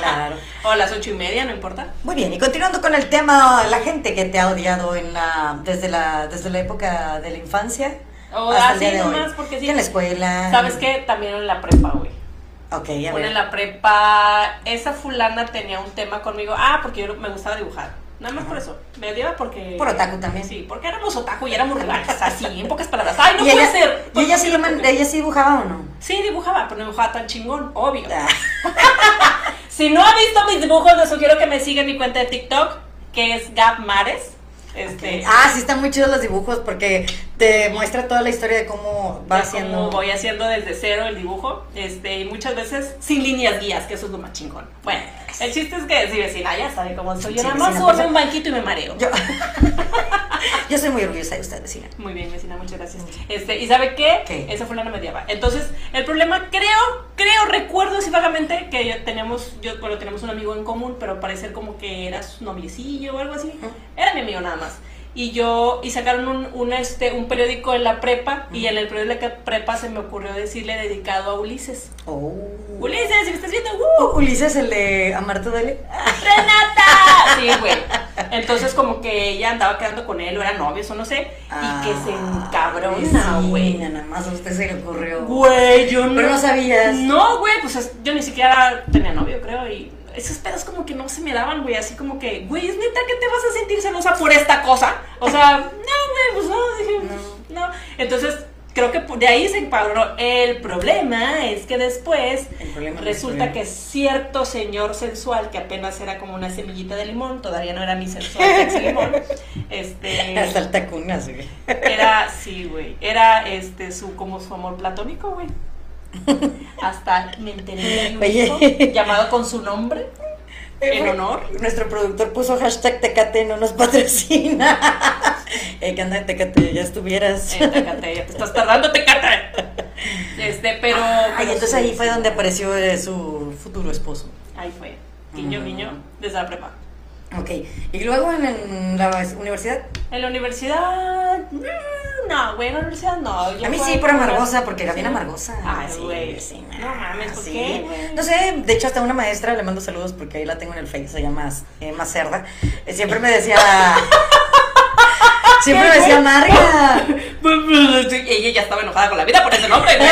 [SPEAKER 2] Claro.
[SPEAKER 1] o a las 8 y media, no importa.
[SPEAKER 2] Muy bien, y continuando con el tema, la gente que te ha odiado en la, desde, la, desde la época de la infancia.
[SPEAKER 1] O Oh,
[SPEAKER 2] hasta el
[SPEAKER 1] así
[SPEAKER 2] día de hoy.
[SPEAKER 1] nomás, porque sí.
[SPEAKER 2] Y en la escuela.
[SPEAKER 1] ¿Sabes qué? También en la prepa, güey.
[SPEAKER 2] Ok, Ah. ya
[SPEAKER 1] Bueno, en
[SPEAKER 2] veo.
[SPEAKER 1] la prepa, esa fulana tenía un tema conmigo. Ah, porque yo me gustaba dibujar. Nada más por eso. Me odiaba porque...
[SPEAKER 2] Por otaku también.
[SPEAKER 1] Sí, porque éramos otaku y éramos rivales, así, en pocas palabras. ¡Ay, Ah, no
[SPEAKER 2] ¿Y
[SPEAKER 1] puede
[SPEAKER 2] ella,
[SPEAKER 1] ser!
[SPEAKER 2] ¿y ella sí, le man-
[SPEAKER 1] Porque-
[SPEAKER 2] ella sí dibujaba o no?
[SPEAKER 1] Sí, dibujaba, pero no dibujaba tan chingón, obvio.
[SPEAKER 2] Ah,
[SPEAKER 1] Si no ha visto mis dibujos, les sugiero que me siga en mi cuenta de TikTok, que es Gab Mares. Este,
[SPEAKER 2] Ah, sí, están muy chidos los dibujos porque te muestra toda la historia de cómo va
[SPEAKER 1] de
[SPEAKER 2] haciendo.
[SPEAKER 1] cómo voy haciendo desde cero el dibujo. Este, y muchas veces sin líneas guías, que eso es lo más chingón. Bueno, el chiste es que si vecina ya sabe cómo soy. Yo
[SPEAKER 2] Sí,
[SPEAKER 1] nada más
[SPEAKER 2] vecina,
[SPEAKER 1] subo
[SPEAKER 2] por
[SPEAKER 1] a un banquito y me mareo.
[SPEAKER 2] Yo, yo soy muy orgullosa de usted, vecina.
[SPEAKER 1] Muy bien, vecina, muchas gracias. Este, ¿y sabe qué?
[SPEAKER 2] ¿Qué?
[SPEAKER 1] Esa fue la mediaba. Entonces, el problema, creo, creo, recuerdo así vagamente que yo- teníamos, yo, bueno, teníamos un amigo en común, pero parecer como que era su noviecillo o algo así.
[SPEAKER 2] Ujú.
[SPEAKER 1] Era mi amigo nada más. Y yo, y sacaron un, un, este, un periódico en la prepa, y en el periódico de la prepa se me ocurrió decirle dedicado a Ulises.
[SPEAKER 2] Oh.
[SPEAKER 1] Ulises, si me estás viendo,
[SPEAKER 2] Oh,
[SPEAKER 1] ¡uh!
[SPEAKER 2] Ulises, el de Amar tu duele.
[SPEAKER 1] ¡Renata! Sí, güey. Entonces, como que ella andaba quedando con él, o eran novios, o no sé, y que se encabrona,
[SPEAKER 2] Ay,
[SPEAKER 1] güey.
[SPEAKER 2] Ah, Nada más a usted se le ocurrió.
[SPEAKER 1] Güey, yo no.
[SPEAKER 2] Pero no sabías.
[SPEAKER 1] No, güey, pues es- yo ni siquiera tenía novio, creo, y esos pedos como que no se me daban, güey, así como que, güey, es neta que te vas a sentir celosa por esta cosa. O sea, no, güey, pues no, dije, no. Entonces, creo que por- de ahí se empabró. El problema es que después
[SPEAKER 2] El problema no es
[SPEAKER 1] resulta
[SPEAKER 2] problema.
[SPEAKER 1] que cierto señor sensual, que apenas era como una semillita de limón, todavía no era ni sensual, sexy limón, este,
[SPEAKER 2] Hasta el tacunas, güey.
[SPEAKER 1] era, sí, güey. Era este su como su amor platónico, güey. Hasta me enteré de un
[SPEAKER 2] Oye.
[SPEAKER 1] hijo llamado con su nombre en honor.
[SPEAKER 2] Nuestro productor puso hashtag Tecate no nos patrocina. eh, que anda Tecate, ya estuvieras.
[SPEAKER 1] Eh, Tecate, ya te estás tardando, Tecate. Este, pero.
[SPEAKER 2] Ay,
[SPEAKER 1] pero
[SPEAKER 2] Ah, entonces
[SPEAKER 1] sí,
[SPEAKER 2] ahí fue
[SPEAKER 1] sí.
[SPEAKER 2] donde apareció eh, su futuro esposo.
[SPEAKER 1] Ahí fue. Guiño,
[SPEAKER 2] Mm.
[SPEAKER 1] guiño, desde la prepa.
[SPEAKER 2] Ok, y luego en, en la universidad.
[SPEAKER 1] En la universidad. mm, No, güey, en la universidad no. Yo
[SPEAKER 2] a mí
[SPEAKER 1] fue
[SPEAKER 2] sí, por
[SPEAKER 1] alguna-
[SPEAKER 2] amargosa, porque era
[SPEAKER 1] Sí.
[SPEAKER 2] bien amargosa. Ah,
[SPEAKER 1] Ay,
[SPEAKER 2] Sí,
[SPEAKER 1] güey.
[SPEAKER 2] sí,
[SPEAKER 1] no mames, ¿por qué, güey?
[SPEAKER 2] No sé, de hecho hasta una maestra, le mando saludos porque ahí la tengo en el Face, se llama eh, Macerda, eh, siempre me decía... siempre me decía amarga.
[SPEAKER 1] Y Pues, ella ya estaba enojada con la vida por ese nombre, güey.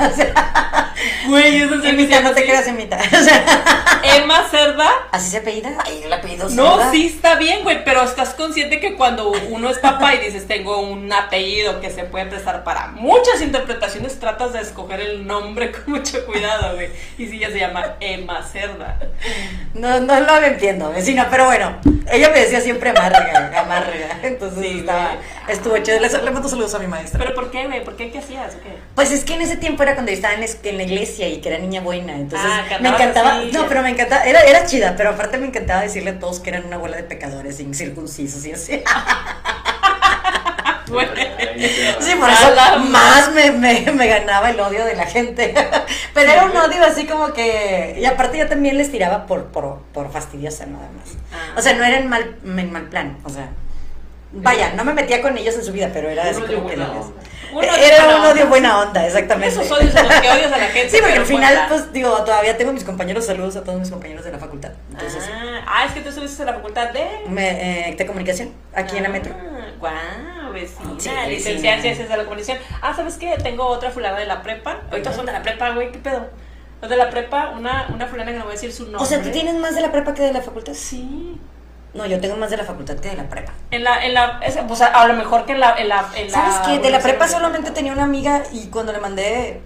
[SPEAKER 2] o sea,
[SPEAKER 1] Güey, eso sí me
[SPEAKER 2] Emita, no te
[SPEAKER 1] así.
[SPEAKER 2] creas, Emita. O sea,
[SPEAKER 1] Emma Cerda.
[SPEAKER 2] ¿Así se apellida? Ay, el apellido
[SPEAKER 1] No,
[SPEAKER 2] Cerda.
[SPEAKER 1] sí está bien, güey, pero estás consciente que cuando uno es papá y dices tengo un apellido que se puede prestar para muchas interpretaciones, tratas de escoger el nombre con mucho cuidado, güey. Y si ella se llama Emma Cerda.
[SPEAKER 2] No, no lo entiendo, vecina, pero bueno, ella me decía siempre amarga, amarga. Entonces
[SPEAKER 1] Sí,
[SPEAKER 2] estaba-
[SPEAKER 1] güey.
[SPEAKER 2] estuvo chido. Le, le mando saludos a mi maestra.
[SPEAKER 1] ¿Pero por qué, güey? ¿Por qué? ¿Qué hacías? ¿O qué?
[SPEAKER 2] Pues es que en ese tiempo era cuando yo estaba en, la es- en la iglesia y que era niña buena, entonces
[SPEAKER 1] Ah,
[SPEAKER 2] me
[SPEAKER 1] cantabas
[SPEAKER 2] encantaba,
[SPEAKER 1] así.
[SPEAKER 2] no, pero me encantaba, era, era chida, pero aparte me encantaba decirle a todos que eran una abuela de pecadores, incircuncisos y así.
[SPEAKER 1] güey.
[SPEAKER 2] Sí, por eso
[SPEAKER 1] Nada
[SPEAKER 2] más me, me- me ganaba el odio de la gente. Pero era un odio así como que. Y aparte yo también les tiraba por, por, por fastidiosa, nada más.
[SPEAKER 1] Ah.
[SPEAKER 2] O sea, no era en mal, en mal plan. O sea, vaya, no me metía con ellos en su vida, pero era
[SPEAKER 3] Un
[SPEAKER 2] así
[SPEAKER 3] odio
[SPEAKER 2] como que.
[SPEAKER 3] buena
[SPEAKER 2] no les-
[SPEAKER 3] onda.
[SPEAKER 1] Un odio
[SPEAKER 2] Era
[SPEAKER 1] buena
[SPEAKER 2] un
[SPEAKER 1] onda.
[SPEAKER 2] odio buena onda, exactamente.
[SPEAKER 1] Esos odios en los que odias a la gente.
[SPEAKER 2] Sí, porque
[SPEAKER 1] pero
[SPEAKER 2] al final,
[SPEAKER 1] buena.
[SPEAKER 2] pues digo, todavía tengo mis compañeros, saludos a todos mis compañeros de la facultad. Entonces,
[SPEAKER 1] ah, ah, es que tú estuviste en la facultad de.
[SPEAKER 2] me, eh, de comunicación, aquí en la metro.
[SPEAKER 1] Ah, Guau, vecina,
[SPEAKER 2] Sí,
[SPEAKER 1] licenciada
[SPEAKER 2] vecina.
[SPEAKER 1] en ciencias de la comunicación. Ah, ¿sabes qué? Tengo otra fulana de la prepa. Ahorita son de la prepa, güey, ¿qué pedo? Los de la prepa, una, una fulana que no voy a decir su nombre.
[SPEAKER 2] O sea, ¿tú tienes más de la prepa que de la facultad?
[SPEAKER 1] Sí.
[SPEAKER 2] No, yo tengo más de la facultad que de la prepa.
[SPEAKER 1] En la, en la, es- o sea, a lo mejor que en la, en la, en la-
[SPEAKER 2] ¿Sabes qué? De la
[SPEAKER 1] universidad
[SPEAKER 2] prepa
[SPEAKER 1] no-
[SPEAKER 2] solamente tenía una amiga y cuando le mandé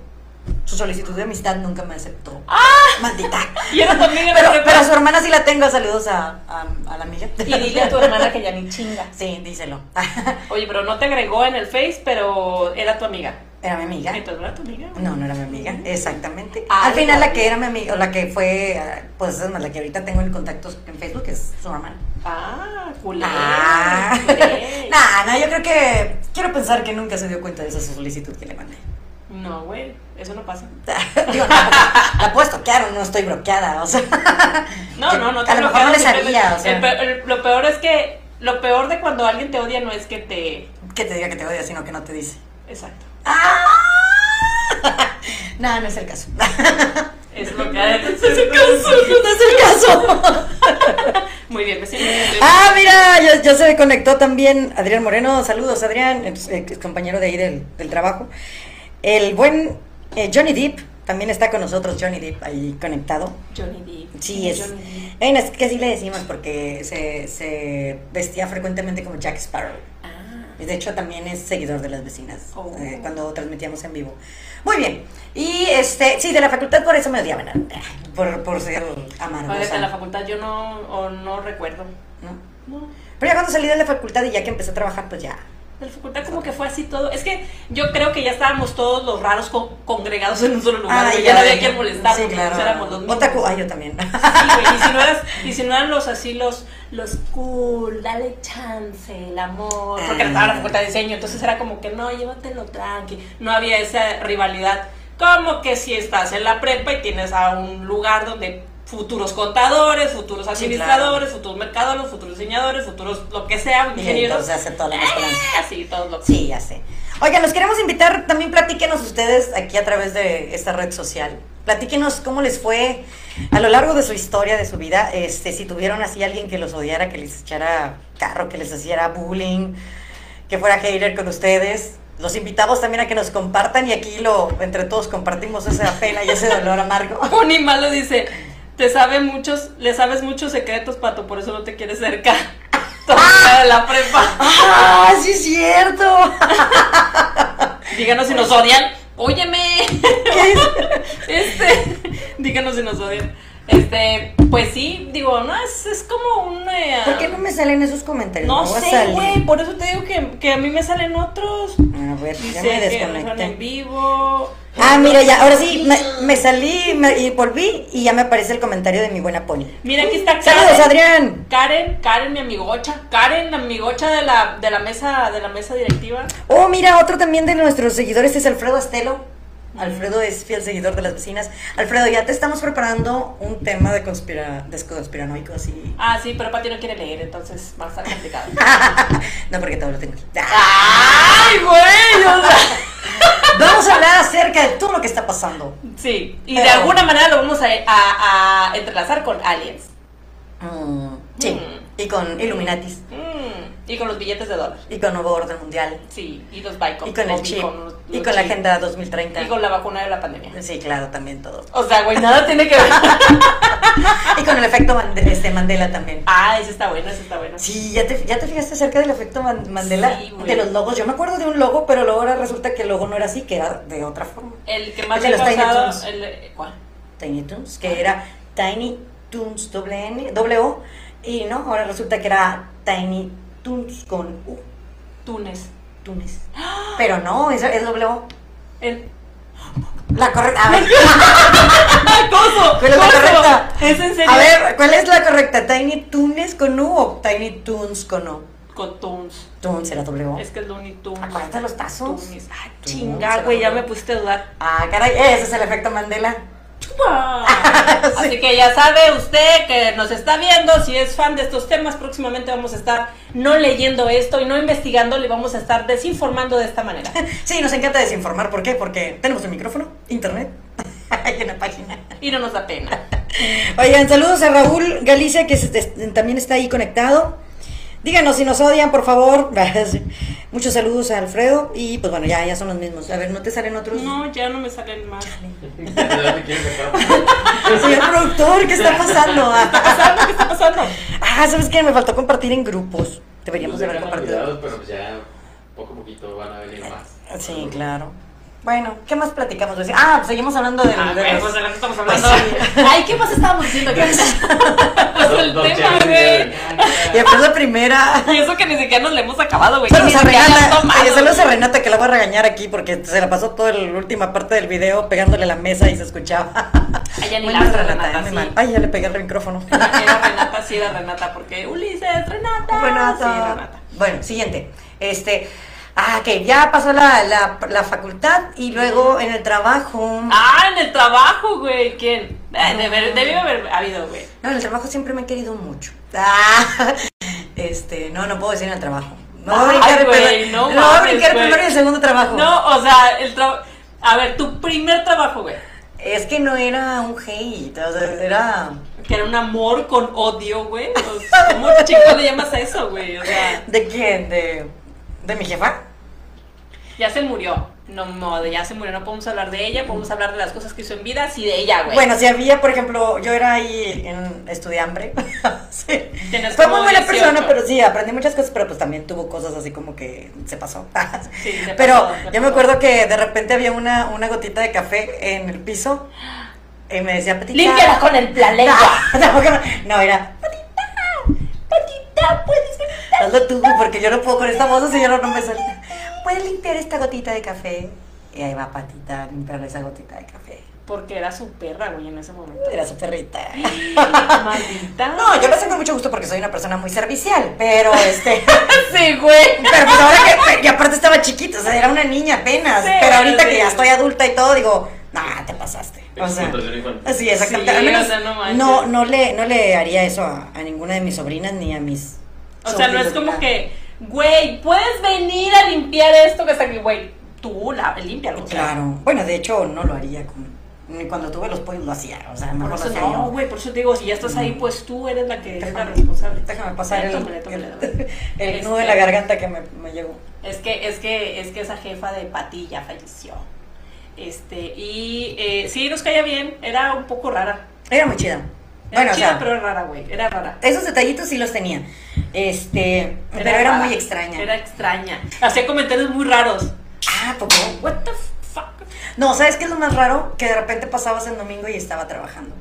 [SPEAKER 2] su solicitud de amistad nunca me aceptó.
[SPEAKER 1] ¡Ah!
[SPEAKER 2] Maldita.
[SPEAKER 1] Y era tu amiga de la
[SPEAKER 2] Pero,
[SPEAKER 1] prepa.
[SPEAKER 2] pero a su hermana sí la tengo. Saludos a, a, a la amiga.
[SPEAKER 1] Y dile a tu hermana que ya ni chinga.
[SPEAKER 2] Sí, díselo.
[SPEAKER 1] Oye, pero no te agregó en el Face, pero era tu amiga.
[SPEAKER 2] Era mi amiga.
[SPEAKER 1] Entonces, ¿no era tu amiga?
[SPEAKER 2] No, no era mi amiga, exactamente.
[SPEAKER 1] Ah,
[SPEAKER 2] Al final
[SPEAKER 1] ya.
[SPEAKER 2] la que era mi amiga, o la que fue, ah, pues es más, la que ahorita tengo en contactos en Facebook es su hermana.
[SPEAKER 1] Ah, culé.
[SPEAKER 2] Ah,
[SPEAKER 1] culé.
[SPEAKER 2] nah, no, yo creo que, quiero pensar que nunca se dio cuenta de esa solicitud que le mandé.
[SPEAKER 1] No, güey, eso no pasa.
[SPEAKER 2] Digo, no, la puedo estoquear o no estoy bloqueada, o sea.
[SPEAKER 1] No, no, no. te
[SPEAKER 2] A lo
[SPEAKER 1] bloquearon,
[SPEAKER 2] mejor no le
[SPEAKER 1] simplemente-
[SPEAKER 2] sabía, o sea.
[SPEAKER 1] el peor- el- lo peor es que, lo peor de cuando alguien te odia no es que te...
[SPEAKER 2] Que te diga que te odia, sino que no te dice.
[SPEAKER 1] Exacto.
[SPEAKER 2] ¡Ah! No, no es el caso. No
[SPEAKER 1] Es lo que ha de caso.
[SPEAKER 2] es el caso.
[SPEAKER 1] Muy bien, vecino.
[SPEAKER 2] Ah, mira, ya, ya se conectó también Adrián Moreno. Saludos, Adrián, ex- ex- compañero de ahí del, del trabajo. El buen eh, Johnny Depp, también está con nosotros Johnny Depp ahí conectado.
[SPEAKER 1] Johnny Depp.
[SPEAKER 2] Sí, es.
[SPEAKER 1] Johnny Depp.
[SPEAKER 2] Bueno, es que sí le decimos porque se, se vestía frecuentemente como Jack Sparrow.
[SPEAKER 1] Ah,
[SPEAKER 2] Y De hecho, también es seguidor de las vecinas
[SPEAKER 1] Oh.
[SPEAKER 2] eh, cuando transmitíamos en vivo. Muy bien. Y este, sí, de la facultad por eso me odiaban. ah, Por, por ser
[SPEAKER 1] Fíjate, en la
[SPEAKER 2] amargosa.
[SPEAKER 1] facultad yo no, o no recuerdo.
[SPEAKER 2] ¿no?
[SPEAKER 1] No.
[SPEAKER 2] Pero ya cuando salí de la facultad y ya que empecé a trabajar, pues ya.
[SPEAKER 1] De la facultad como que fue así todo. Es que yo creo que ya estábamos todos los raros con- congregados en un solo lugar. güey. ya, no había quien molestar.
[SPEAKER 2] Ah, Sí,
[SPEAKER 1] porque
[SPEAKER 2] claro.
[SPEAKER 1] pues éramos los mismos.
[SPEAKER 2] Otaku, ah, yo también.
[SPEAKER 1] Sí, güey, y si no eras, y si no eran los así, los, los cool, dale chance, el amor. Porque
[SPEAKER 2] Ah.
[SPEAKER 1] estaba la facultad de diseño, entonces era como que no, llévatelo tranqui. No había esa rivalidad. Como que si estás en la prepa y tienes a un lugar donde futuros contadores, futuros
[SPEAKER 2] claro.
[SPEAKER 1] administradores, futuros mercadólogos, futuros diseñadores, futuros lo que sea,
[SPEAKER 2] Y
[SPEAKER 1] ingenieros. Eh,
[SPEAKER 2] entonces hace toda la mezcolanza.
[SPEAKER 1] Así, todos lo
[SPEAKER 2] Sí, ya sé. Oigan, los queremos invitar, también platíquenos ustedes aquí a través de esta red social. Platíquenos cómo les fue a lo largo de su historia, de su vida, este, si tuvieron así alguien que los odiara, que les echara carro, que les hiciera bullying, que fuera hater con ustedes. Los invitamos también a que nos compartan y aquí lo, entre todos compartimos esa pena y ese dolor amargo.
[SPEAKER 1] Pony Malo dice, te sabe muchos, le sabes muchos secretos, Pato, por eso no te quieres cerca. Todavía de la prepa.
[SPEAKER 2] ¡Ah, sí es cierto!
[SPEAKER 1] Díganos si nos odian. Óyeme. Este, díganos si nos odian. Este, pues sí, digo, no, es, es como un... eh,
[SPEAKER 2] ¿Por qué no me salen esos comentarios?
[SPEAKER 1] no
[SPEAKER 2] Me voy a
[SPEAKER 1] sé,
[SPEAKER 2] salir.
[SPEAKER 1] güey, por eso te digo que, que a mí me salen otros.
[SPEAKER 2] A ver, ya
[SPEAKER 1] Dice
[SPEAKER 2] me
[SPEAKER 1] que no son
[SPEAKER 2] desconecté.
[SPEAKER 1] en vivo.
[SPEAKER 2] Ah, mira, ya, ahora sí, me, me salí me- y volví y ya me aparece el comentario de mi buena pony.
[SPEAKER 1] Mira, aquí está
[SPEAKER 2] Saludos,
[SPEAKER 1] Karen.
[SPEAKER 2] Adrián.
[SPEAKER 1] Karen, Karen, mi amigocha. Karen, la amigocha de la, de la mesa, de la mesa directiva.
[SPEAKER 2] Oh, mira, otro también de nuestros seguidores es Alfredo Astelo. Alfredo es fiel seguidor de las vecinas. Alfredo, ya te estamos preparando un tema de conspira, desconspiranoicos y...
[SPEAKER 1] Ah, sí, pero Pati no quiere leer, entonces va a estar complicado.
[SPEAKER 2] No, porque todo lo tengo. aquí. Ah.
[SPEAKER 1] ¡Ay, güey! o sea,
[SPEAKER 2] Vamos a hablar acerca de todo lo que está pasando.
[SPEAKER 1] sí, y de alguna manera lo vamos a, a- a entrelazar con aliens.
[SPEAKER 2] Mm, sí,
[SPEAKER 1] Mm.
[SPEAKER 2] y con Illuminatis,
[SPEAKER 1] Mm, y con los billetes de dólar.
[SPEAKER 2] y con Nuevo Orden Mundial,
[SPEAKER 1] Sí, y los Bicom.
[SPEAKER 2] y con el
[SPEAKER 1] o
[SPEAKER 2] chip,
[SPEAKER 1] Bicom, los-
[SPEAKER 2] y
[SPEAKER 1] los
[SPEAKER 2] con la
[SPEAKER 1] chip,
[SPEAKER 2] Agenda 2030.
[SPEAKER 1] Y con la vacuna de la pandemia.
[SPEAKER 2] Sí, claro, también todo.
[SPEAKER 1] O sea, güey, nada tiene que ver.
[SPEAKER 2] Y con el efecto Mande- este, Mandela también.
[SPEAKER 1] Ah, ese está bueno, ese está bueno.
[SPEAKER 2] Sí, ¿ya te, ya te fijaste acerca del efecto Man- Mandela
[SPEAKER 1] Sí, güey.
[SPEAKER 2] de los logos. Yo me acuerdo de un logo, pero luego ahora resulta que el logo no era así, que era de otra forma.
[SPEAKER 1] El que más
[SPEAKER 2] El de
[SPEAKER 1] le ha
[SPEAKER 2] los Tiny
[SPEAKER 1] pasado.
[SPEAKER 2] Toons.
[SPEAKER 1] El, ¿Cuál?
[SPEAKER 2] Tiny Toons, que era Tiny Toons doble N, doble O, y no, ahora resulta que era Tiny Toons con U,
[SPEAKER 1] Túnez.
[SPEAKER 2] Tunes.
[SPEAKER 1] ¡Ah!
[SPEAKER 2] Pero no, es, es doble O.
[SPEAKER 1] El.
[SPEAKER 2] La correcta. A ver,
[SPEAKER 1] ¡Ah, coso!
[SPEAKER 2] ¿Cuál es la
[SPEAKER 1] coso!
[SPEAKER 2] correcta?
[SPEAKER 1] ¿Es en serio?
[SPEAKER 2] a ver, ¿cuál es la correcta? ¿Tiny Tunes con U o Tiny Toons con O?
[SPEAKER 1] con Toons.
[SPEAKER 2] Toons era W.
[SPEAKER 1] Es que es Looney Tunes.
[SPEAKER 2] Acuérdate los tazos.
[SPEAKER 1] Tunes. Ah,
[SPEAKER 2] Tunes,
[SPEAKER 1] chinga,
[SPEAKER 2] era
[SPEAKER 1] güey, ya
[SPEAKER 2] W.
[SPEAKER 1] me pusiste a dudar.
[SPEAKER 2] Ah, caray, ese es el efecto Mandela.
[SPEAKER 1] Chupa. Así que ya sabe usted que nos está viendo, si es fan de estos temas, próximamente vamos a estar no leyendo esto y no investigando, le vamos a estar desinformando de esta manera.
[SPEAKER 2] Sí, nos encanta desinformar. ¿Por qué? Porque tenemos un micrófono, internet y una página.
[SPEAKER 1] Y no nos da pena.
[SPEAKER 2] Oigan, saludos a Raúl Galicia, que se- es- también está ahí conectado. Díganos si nos odian, por favor. Muchos saludos a Alfredo. Y pues bueno, ya, ya son los mismos. A ver, ¿no te salen otros?
[SPEAKER 1] No, ya no me salen más.
[SPEAKER 2] Señor productor, ¿qué está pasando?
[SPEAKER 1] ¿Qué
[SPEAKER 2] Ah,
[SPEAKER 1] ¿Qué está pasando?
[SPEAKER 2] ¿sabes qué? Me faltó compartir en grupos. Deberíamos haber compartido.
[SPEAKER 3] Cuidados, pero pues ya poco a poquito van a venir más.
[SPEAKER 2] Sí, claro. Bueno, ¿qué más platicamos? Ah, seguimos hablando de...
[SPEAKER 1] Ah,
[SPEAKER 2] de
[SPEAKER 1] güey,
[SPEAKER 2] los-
[SPEAKER 1] pues de lo que estamos hablando. Ay, ¿qué más estábamos diciendo? ¿Qué
[SPEAKER 2] Pues
[SPEAKER 3] Dos-
[SPEAKER 1] pasó el
[SPEAKER 3] dos
[SPEAKER 1] tema,
[SPEAKER 3] chelas y
[SPEAKER 1] güey?
[SPEAKER 2] Y después la primera...
[SPEAKER 1] Y eso que ni siquiera nos le hemos acabado, güey.
[SPEAKER 2] Saludos
[SPEAKER 1] Ni
[SPEAKER 2] a
[SPEAKER 1] siquiera la han
[SPEAKER 2] Renata,
[SPEAKER 1] tomado.
[SPEAKER 2] oye, saludos a Renata que la voy a regañar aquí porque se la pasó toda la última parte del video pegándole la mesa y se escuchaba.
[SPEAKER 1] Ay, ya ni
[SPEAKER 2] Muy
[SPEAKER 1] la
[SPEAKER 2] mal,
[SPEAKER 1] hace
[SPEAKER 2] Renata,
[SPEAKER 1] Renata,
[SPEAKER 2] muy
[SPEAKER 1] sí.
[SPEAKER 2] mal. Ay, ya le pegué el micrófono.
[SPEAKER 1] Era Renata, sí era Renata, porque Ulises, Renata. Sí, Renata.
[SPEAKER 2] Bueno, siguiente. Este, ah, que ya pasó la, la, la facultad y luego en el trabajo.
[SPEAKER 1] Ah, en el trabajo, güey. ¿Quién? Eh, debe- debió haber habido, güey.
[SPEAKER 2] No, en el trabajo siempre me he querido mucho. Ah, este, no, no puedo decir en el trabajo. No voy a
[SPEAKER 1] Ay,
[SPEAKER 2] brincar, el,
[SPEAKER 1] güey,
[SPEAKER 2] primer-
[SPEAKER 1] no
[SPEAKER 2] no voy a
[SPEAKER 1] mames,
[SPEAKER 2] brincar el
[SPEAKER 1] güey.
[SPEAKER 2] primero y el segundo trabajo.
[SPEAKER 1] No, o sea, el trabajo. A ver, tu primer trabajo, güey.
[SPEAKER 2] Es que no era un hate, o sea, era
[SPEAKER 1] Que era un amor con odio, güey. O sea, ¿Cómo chico le llamas a eso, güey? O sea,
[SPEAKER 2] ¿De quién? ¿De, de mi jefa?
[SPEAKER 1] ya se murió. No, no, ya se murió. No podemos hablar de ella. Podemos hablar de las cosas que hizo en vida, sí de ella, güey.
[SPEAKER 2] Bueno, si había, por ejemplo, yo era ahí en estudiambre. sí.
[SPEAKER 1] Tenías
[SPEAKER 2] Fue muy
[SPEAKER 1] como
[SPEAKER 2] buena
[SPEAKER 1] 18.
[SPEAKER 2] persona, pero sí, aprendí muchas cosas, pero pues también tuvo cosas así como que se pasó.
[SPEAKER 1] Sí, se
[SPEAKER 2] pero
[SPEAKER 1] pasó, se
[SPEAKER 2] yo me
[SPEAKER 1] pasó.
[SPEAKER 2] acuerdo que de repente había una, una gotita de café en el piso y me decía, Patita.
[SPEAKER 1] Límpiala con el la lengua.
[SPEAKER 2] No, tampoco no, no, era, Patita, Patita, puedes limpiar. Hazlo tú, porque yo no puedo con esta voz, señora, no me salta. Puedes limpiar esta gotita de café. Y ahí va Patita a limpiar esa gotita de café.
[SPEAKER 1] Porque era su perra, güey, en ese momento.
[SPEAKER 2] Era su perrita.
[SPEAKER 1] Maldita.
[SPEAKER 2] No, yo lo sé con mucho gusto porque soy una persona muy servicial, pero este.
[SPEAKER 1] Sí, güey.
[SPEAKER 2] Pero pues ahora que. Y aparte estaba chiquita, o sea, era una niña apenas.
[SPEAKER 1] Sí,
[SPEAKER 2] pero ahorita que
[SPEAKER 1] sí.
[SPEAKER 2] ya estoy adulta y todo, digo, nah, te pasaste. O sea.
[SPEAKER 3] Explotación infantil.
[SPEAKER 2] Sí, exactamente.
[SPEAKER 1] Sí,
[SPEAKER 2] Al menos
[SPEAKER 1] o sea, no manches.
[SPEAKER 2] no, no le, no le haría eso a, a ninguna de mis sobrinas ni a mis.
[SPEAKER 1] O sea, no es
[SPEAKER 2] sobrinos,
[SPEAKER 1] como
[SPEAKER 2] nada.
[SPEAKER 1] que, güey, puedes venir a limpiar esto que está aquí, güey. Tú la límpialo. o sea.
[SPEAKER 2] Claro. Bueno, de hecho, no lo haría con. Ni cuando tuve los pollos lo hacía. O sea,
[SPEAKER 1] Por
[SPEAKER 2] no lo
[SPEAKER 1] eso
[SPEAKER 2] hacía.
[SPEAKER 1] no,
[SPEAKER 2] yo.
[SPEAKER 1] güey, por eso te digo, si ya estás ahí, pues tú eres la que es la
[SPEAKER 2] Mm. Déjame-
[SPEAKER 1] responsable.
[SPEAKER 2] Déjame pasar el,
[SPEAKER 1] Tómale, tómale, tómale. Este.
[SPEAKER 2] el, el nudo de la garganta que me, me llegó.
[SPEAKER 1] Es que, es que, es que esa jefa de Pati ya falleció. Este, y eh, sí, nos caía bien, era un poco rara.
[SPEAKER 2] Era muy chida.
[SPEAKER 1] Era
[SPEAKER 2] Bueno,
[SPEAKER 1] chida,
[SPEAKER 2] o sea,
[SPEAKER 1] pero era rara, güey, era rara.
[SPEAKER 2] esos detallitos sí los tenía. Este, pero era
[SPEAKER 1] rara,
[SPEAKER 2] muy extraña.
[SPEAKER 1] Era extraña. Hacía comentarios muy raros.
[SPEAKER 2] Ah, poco.
[SPEAKER 1] What the fuck?
[SPEAKER 2] No, ¿sabes qué es lo más raro? Que de repente pasabas el domingo y estaba trabajando.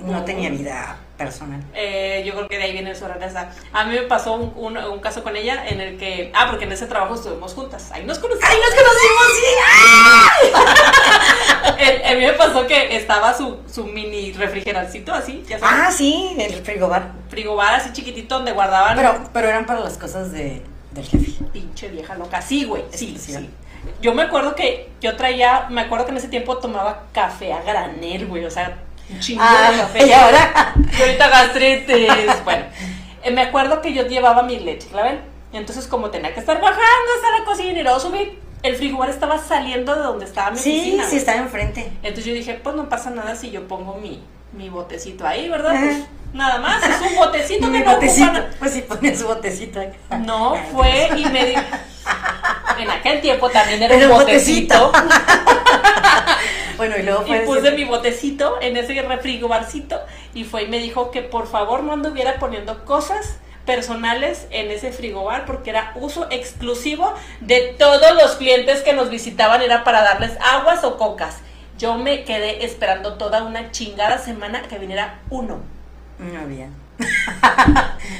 [SPEAKER 2] No
[SPEAKER 1] No.
[SPEAKER 2] tenía vida personal.
[SPEAKER 1] Eh, yo creo que de ahí viene su rareza. A mí me pasó un, un- un caso con ella en el que. Ah, porque en ese trabajo estuvimos juntas. Ahí nos conocimos.
[SPEAKER 2] ¡Ay, nos conocimos! ¡Sí! ¡Ah!
[SPEAKER 1] El- A mí Eh, me pasó que estaba su, su mini refrigerarcito así, ya sabes.
[SPEAKER 2] Ah, sí, el frigobar.
[SPEAKER 1] Frigobar así chiquitito donde guardaban.
[SPEAKER 2] Pero, pero eran para las cosas de, del jefe.
[SPEAKER 1] Pinche vieja loca. Sí, güey. Sí, sí.
[SPEAKER 2] Especial.
[SPEAKER 1] Yo me acuerdo que yo traía. Me acuerdo que en ese tiempo tomaba café a granel, güey. O sea, un chingo de
[SPEAKER 2] Ah,
[SPEAKER 1] café.
[SPEAKER 2] y ahora.
[SPEAKER 1] Y ahorita gastritis. bueno, eh, me acuerdo que yo llevaba mi leche, clavel. Entonces, como tenía que estar bajando hasta la cocina y luego subir, el frigobar estaba saliendo de donde estaba mi
[SPEAKER 2] Sí,
[SPEAKER 1] oficina.
[SPEAKER 2] sí,
[SPEAKER 1] güey.
[SPEAKER 2] estaba enfrente.
[SPEAKER 1] Entonces yo dije, pues no pasa nada si yo pongo mi, mi botecito ahí, ¿verdad?
[SPEAKER 2] Ajá.
[SPEAKER 1] Pues, nada más, es un botecito que
[SPEAKER 2] Mi
[SPEAKER 1] no
[SPEAKER 2] botecito.
[SPEAKER 1] ocupa
[SPEAKER 2] Pues sí, ponía su botecito. Ah, ahí.
[SPEAKER 1] na- No, fue y me dijo. En aquel tiempo también era,
[SPEAKER 2] Era
[SPEAKER 1] un
[SPEAKER 2] un
[SPEAKER 1] botecito.
[SPEAKER 2] Bueno, y luego fue.
[SPEAKER 1] Y pues puse mi botecito en ese refrigobarcito y fue y me dijo que por favor no anduviera poniendo cosas personales en ese frigobar porque era uso exclusivo de todos los clientes que nos visitaban, era para darles aguas o cocas. Yo me quedé esperando toda una chingada semana que viniera uno.
[SPEAKER 2] No había.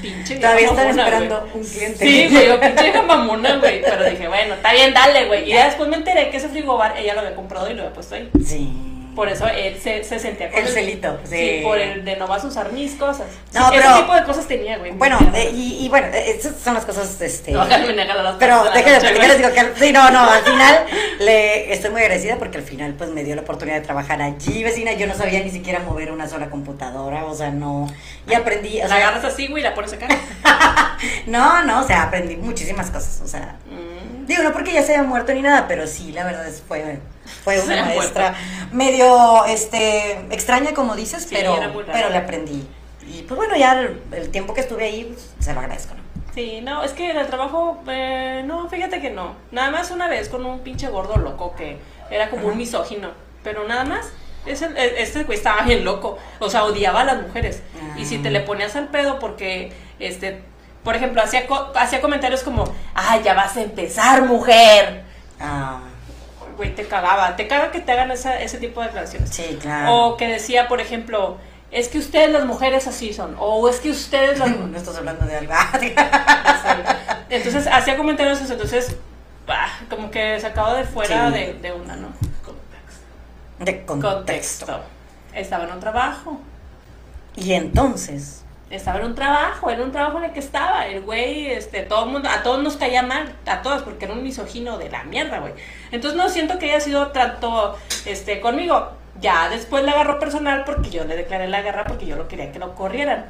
[SPEAKER 1] Pinche vieja
[SPEAKER 2] Todavía están
[SPEAKER 1] mamona,
[SPEAKER 2] esperando
[SPEAKER 1] güey.
[SPEAKER 2] un cliente.
[SPEAKER 1] Sí, güey, yo pinche vieja mamona, güey. Pero dije, bueno, está bien, dale, güey. Y ya después me enteré que ese frigobar ella lo había comprado y lo había puesto ahí.
[SPEAKER 2] Sí.
[SPEAKER 1] Por eso él se, se sentía con
[SPEAKER 2] El celito, sí.
[SPEAKER 1] Sí, por el de no vas a usar mis cosas.
[SPEAKER 2] No,
[SPEAKER 1] Ese
[SPEAKER 2] pero-
[SPEAKER 1] tipo de cosas tenía, güey.
[SPEAKER 2] Bueno,
[SPEAKER 1] Mierda.
[SPEAKER 2] eh, y, y bueno, eh, esas son las cosas, este...
[SPEAKER 1] No, Carmen, hágalo a las
[SPEAKER 2] Pero
[SPEAKER 1] personas,
[SPEAKER 2] déjenme
[SPEAKER 1] noche,
[SPEAKER 2] platicar,
[SPEAKER 1] güey.
[SPEAKER 2] les digo que al- sí, no, no, al final le estoy muy agradecida porque al final pues me dio la oportunidad de trabajar allí, vecina, yo no sabía ni siquiera mover una sola computadora, o sea, no, y aprendí, o
[SPEAKER 1] La
[SPEAKER 2] sea,
[SPEAKER 1] agarras así, güey, y la pones acá.
[SPEAKER 2] no, no, o sea, aprendí muchísimas cosas, o sea,
[SPEAKER 1] Mm.
[SPEAKER 2] digo, no porque ya se haya muerto ni nada, pero sí, la verdad es fue, fue
[SPEAKER 1] Se
[SPEAKER 2] una
[SPEAKER 1] haya
[SPEAKER 2] maestra medio, este, extraña como dices,
[SPEAKER 1] Sí,
[SPEAKER 2] pero,
[SPEAKER 1] era muy rara.
[SPEAKER 2] pero le aprendí, y pues bueno, ya el, el tiempo que estuve ahí, pues, se lo agradezco, ¿no?
[SPEAKER 1] Sí, no, es que en el trabajo, eh, no, fíjate que no. Nada más una vez con un pinche gordo loco que era como un misógino, pero nada más. Ese- e- este güey estaba bien loco, o sea, odiaba a las mujeres. Y si
[SPEAKER 2] Ah.
[SPEAKER 1] te le ponías al pedo porque, este, por ejemplo, hacía, co- hacía comentarios como, ah, ya vas a empezar, mujer.
[SPEAKER 2] Ah,
[SPEAKER 1] Güey, te cagaba, te caga que te hagan esa- ese tipo de declaraciones.
[SPEAKER 2] sí, claro.
[SPEAKER 1] O que decía, por ejemplo, es que ustedes las mujeres así son, o es que ustedes las
[SPEAKER 2] No estás hablando de algo. Ah,
[SPEAKER 1] Entonces hacía comentarios, entonces bah, como que sacado de fuera
[SPEAKER 2] Sí.
[SPEAKER 1] de, de una, ¿no?
[SPEAKER 3] Contacts.
[SPEAKER 2] De contexto.
[SPEAKER 1] Contexto. Estaba en un trabajo.
[SPEAKER 2] Y entonces,
[SPEAKER 1] Estaba en un trabajo, era un trabajo en el que estaba. El güey, este, todo el mundo, a todos nos caía mal, a todos, porque era un misogino de la mierda, güey. Entonces no siento que haya sido tanto este conmigo. Ya después le agarró personal porque yo le declaré la guerra porque yo lo quería que lo corrieran.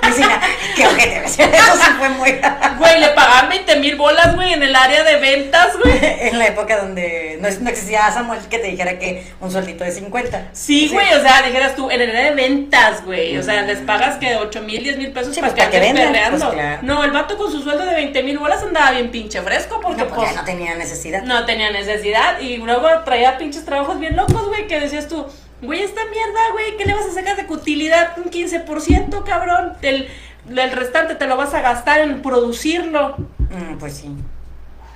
[SPEAKER 2] vecina, qué ojete, vecina, eso sí fue muy...
[SPEAKER 1] Güey, le pagaban 20 mil bolas, güey, en el área de ventas, güey.
[SPEAKER 2] en la época donde no, es- no existía Samuel que te dijera que un sueldito de 50.
[SPEAKER 1] Sí, güey, o sea, dijeras tú, en el área de ventas, güey. O sea, les pagas que 8 mil, 10 mil pesos
[SPEAKER 2] Sí,
[SPEAKER 1] para
[SPEAKER 2] pues, para
[SPEAKER 1] que
[SPEAKER 2] que
[SPEAKER 1] anden
[SPEAKER 2] vendan,
[SPEAKER 1] perreando.
[SPEAKER 2] pues, claro.
[SPEAKER 1] No, el vato con su sueldo de 20 mil bolas andaba bien pinche fresco porque
[SPEAKER 2] No, pues
[SPEAKER 1] pues,
[SPEAKER 2] ya no tenía necesidad.
[SPEAKER 1] no tenía necesidad. Y luego traía pinches trabajos bien locos, güey, que decías tú, güey, esta mierda, güey, ¿qué le vas a sacar de utilidad? Un 15%, cabrón. El, el restante te lo vas a gastar en producirlo.
[SPEAKER 2] Mm, pues sí.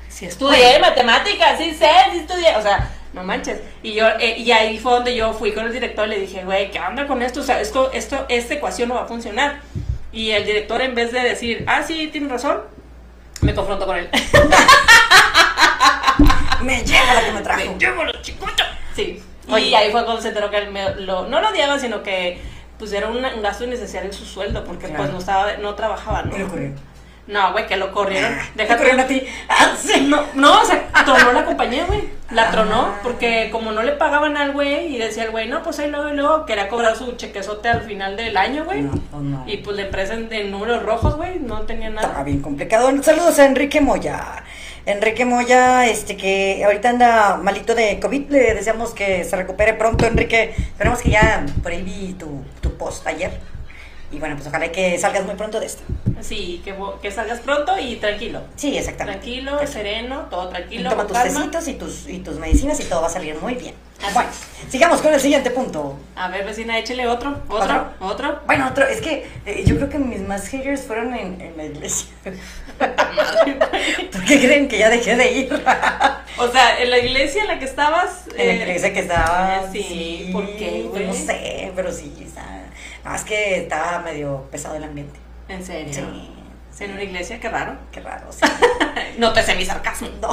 [SPEAKER 1] Sí estudié matemáticas, sí sé, sí estudié, o sea, no manches. Y yo eh, y ahí fue donde yo fui con el director y le dije, güey, ¿qué onda con esto? O sea, esto, esto, esta ecuación no va a funcionar. Y el director en vez de decir, ah, sí, tienes razón, me confronto con él.
[SPEAKER 2] Me llega la que me trajo.
[SPEAKER 1] los chicotos! Sí. Y
[SPEAKER 2] Oye.
[SPEAKER 1] ahí fue cuando se enteró que él me lo, no lo odiaba, sino que pues era una- un gasto innecesario en su sueldo, porque
[SPEAKER 2] Claro.
[SPEAKER 1] pues no estaba, no trabajaba, ¿no?
[SPEAKER 2] ¿Qué le ocurrió?
[SPEAKER 1] No, güey, que lo corrieron.
[SPEAKER 2] ¿Te
[SPEAKER 1] Deja tú-
[SPEAKER 2] ocurrieron a ti? Ah, sí.
[SPEAKER 1] No, no, o sea, tronó la compañía, güey. La tronó
[SPEAKER 2] Ah.
[SPEAKER 1] porque como no le pagaban al güey y decía el güey, no, pues ahí luego y luego quería cobrar su chequezote al final del año, güey.
[SPEAKER 2] No, pues no.
[SPEAKER 1] Y pues la empresa en, en números rojos, güey, no tenía
[SPEAKER 2] Estaba
[SPEAKER 1] nada.
[SPEAKER 2] Ah, bien complicado. Saludos a Enrique Moya. Enrique Moya, este que ahorita anda malito de COVID, le deseamos que se recupere pronto, Enrique. Esperemos que ya por ahí vi tu, tu post ayer. Y bueno, pues ojalá que salgas muy pronto de esto.
[SPEAKER 1] Sí, que, vo- que salgas pronto y tranquilo.
[SPEAKER 2] Sí, exactamente.
[SPEAKER 1] Tranquilo, sereno, todo tranquilo.
[SPEAKER 2] Toma
[SPEAKER 1] con
[SPEAKER 2] tus
[SPEAKER 1] calma.
[SPEAKER 2] tecitos y tus, y tus medicinas y todo va a salir muy bien.
[SPEAKER 1] Así
[SPEAKER 2] Bueno, sigamos con el siguiente punto.
[SPEAKER 1] A ver, vecina, échele otro, otro, otro.
[SPEAKER 2] Bueno, otro, es que eh, yo creo que mis más haters fueron en, en la iglesia. ¿Por qué creen que ya dejé de ir?
[SPEAKER 1] O sea, en la iglesia en la que estabas.
[SPEAKER 2] En la
[SPEAKER 1] eh,
[SPEAKER 2] iglesia que estaba.
[SPEAKER 1] eh, sí, ¿por qué, güey?
[SPEAKER 2] No sé, pero sí, está. No, es que estaba medio pesado el ambiente.
[SPEAKER 1] En serio.
[SPEAKER 2] Sí.
[SPEAKER 1] En una iglesia, qué raro.
[SPEAKER 2] Qué raro, sí.
[SPEAKER 1] No te sé mi sarcasmo.
[SPEAKER 2] No.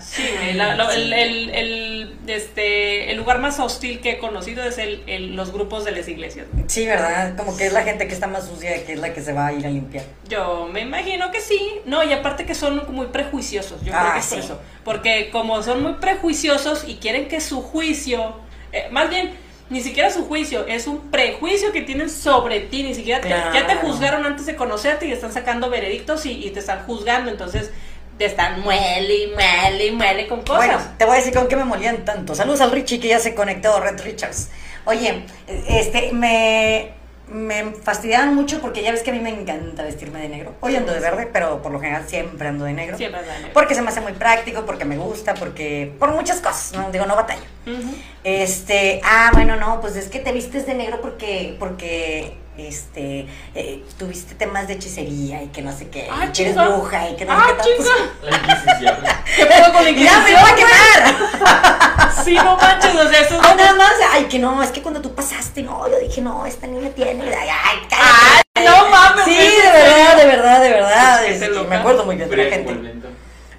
[SPEAKER 1] Sí, güey, la- lo- el, el- el- este, el lugar más hostil que he conocido es el, el- los grupos de las iglesias.
[SPEAKER 2] Sí, ¿verdad? Como que es la gente que está más sucia, que es la que se va a ir a limpiar.
[SPEAKER 1] Yo me imagino que sí, no, y aparte que son muy prejuiciosos, yo creo
[SPEAKER 2] Ah,
[SPEAKER 1] que es por
[SPEAKER 2] sí.
[SPEAKER 1] eso, porque como son muy prejuiciosos y quieren que su juicio, eh, más bien, ni siquiera su juicio, es un prejuicio que tienen sobre ti, ni siquiera te- ya te
[SPEAKER 2] Claro.
[SPEAKER 1] juzgaron antes de conocerte y están sacando veredictos y, y te están juzgando, entonces te están muele, y muele, y muele con cosas.
[SPEAKER 2] Bueno, te voy a decir con qué me molían tanto. Saludos al Richie que ya se conectó, Red Richards. Oye, este, me, me fastidiaban mucho porque ya ves que a mí me encanta vestirme de negro. Hoy ando de verde, pero por lo general siempre ando de negro.
[SPEAKER 1] Siempre es la negra.
[SPEAKER 2] Porque se me hace muy práctico, porque me gusta, porque. por muchas cosas, ¿no? Digo, no batallo.
[SPEAKER 1] ¿eh? Ujú.
[SPEAKER 2] Este, ah, bueno, no, pues es que te vistes de negro porque, porque, este, eh, tuviste temas de hechicería y que no sé qué,
[SPEAKER 1] Ah,
[SPEAKER 2] y que eres
[SPEAKER 1] chinga.
[SPEAKER 2] bruja y que no
[SPEAKER 1] Ah,
[SPEAKER 2] sé qué tanto.
[SPEAKER 1] chinga.
[SPEAKER 3] La Inquisición.
[SPEAKER 1] ¿Qué pedo con la
[SPEAKER 2] ¡Ya me voy a
[SPEAKER 1] Inquisición?
[SPEAKER 2] quemar!
[SPEAKER 1] Sí, no manches, o sea, eso es
[SPEAKER 2] No, nada más, ay, que no, es que cuando tú pasaste, no, yo dije, no, esta niña tiene, ay, ay, cállate.
[SPEAKER 1] Ah, no mames.
[SPEAKER 2] Sí,
[SPEAKER 1] güey.
[SPEAKER 2] de verdad, de verdad, de verdad,
[SPEAKER 1] Gente
[SPEAKER 2] es que
[SPEAKER 1] loca.
[SPEAKER 2] me acuerdo muy bien de la
[SPEAKER 3] Breve
[SPEAKER 2] gente.
[SPEAKER 3] momento.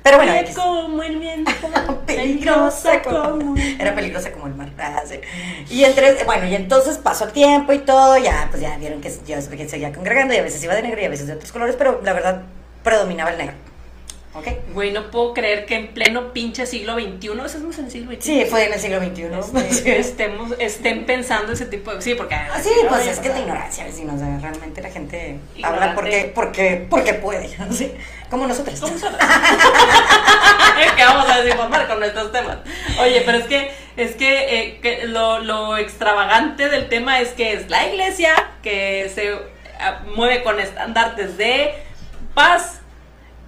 [SPEAKER 2] Pero bueno,
[SPEAKER 1] Fue
[SPEAKER 2] X.
[SPEAKER 1] como el viento,
[SPEAKER 2] peligrosa como era peligrosa como el mar Ah, sí. y entre bueno y entonces pasó el tiempo y todo ya pues ya vieron que yo que seguía congregando y a veces iba de negro y a veces de otros colores pero la verdad predominaba el negro ¿ok?
[SPEAKER 1] Güey, no puedo creer que en pleno pinche siglo XXI, eso es muy sencillo,
[SPEAKER 2] sí fue en el siglo XXI Sí.
[SPEAKER 1] estemos, estén pensando ese tipo de... Sí, porque...
[SPEAKER 2] Ah, sí pues es que la ignorancia vecino, o sea, realmente la gente habla
[SPEAKER 1] Ignorante.
[SPEAKER 2] porque porque porque puede ¿sí? como nosotros
[SPEAKER 1] ¿Cómo sabes? que vamos a desinformar con nuestros temas. Oye, pero es que, es que, eh, que lo, lo extravagante del tema es que es la iglesia que se eh, mueve con estandartes de paz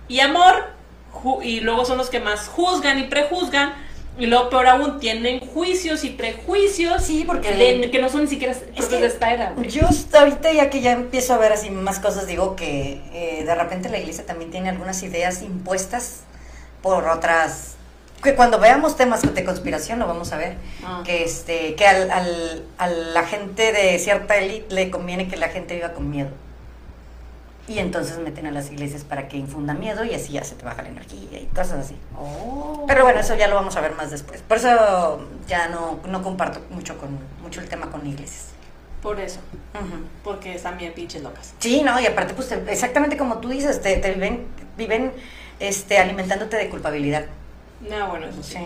[SPEAKER 1] y amor, ju- y luego son los que más juzgan y prejuzgan. Y luego, peor aún, tienen juicios y prejuicios
[SPEAKER 2] Sí, porque-
[SPEAKER 1] de- que no son ni siquiera propios
[SPEAKER 2] que
[SPEAKER 1] de esta era. güey.
[SPEAKER 2] Yo hasta ahorita ya que ya empiezo a ver así más cosas, digo que eh, de repente la iglesia también tiene algunas ideas impuestas por otras, que cuando veamos temas de conspiración lo vamos a ver,
[SPEAKER 1] Ah.
[SPEAKER 2] que este que al, al- a la gente de cierta élite le conviene que la gente viva con miedo. Y entonces meten a las iglesias para que infunda miedo y así ya se te baja la energía y cosas así.
[SPEAKER 1] Oh.
[SPEAKER 2] Pero bueno, eso ya lo vamos a ver más después. Por eso ya no, no comparto mucho con mucho el tema con iglesias.
[SPEAKER 1] Por eso,
[SPEAKER 2] Ujú.
[SPEAKER 1] porque están bien pinches locas.
[SPEAKER 2] Sí, no, y aparte, pues te- exactamente como tú dices, te, te viven, viven este, alimentándote de culpabilidad.
[SPEAKER 1] No, bueno, eso sí.
[SPEAKER 2] Sí.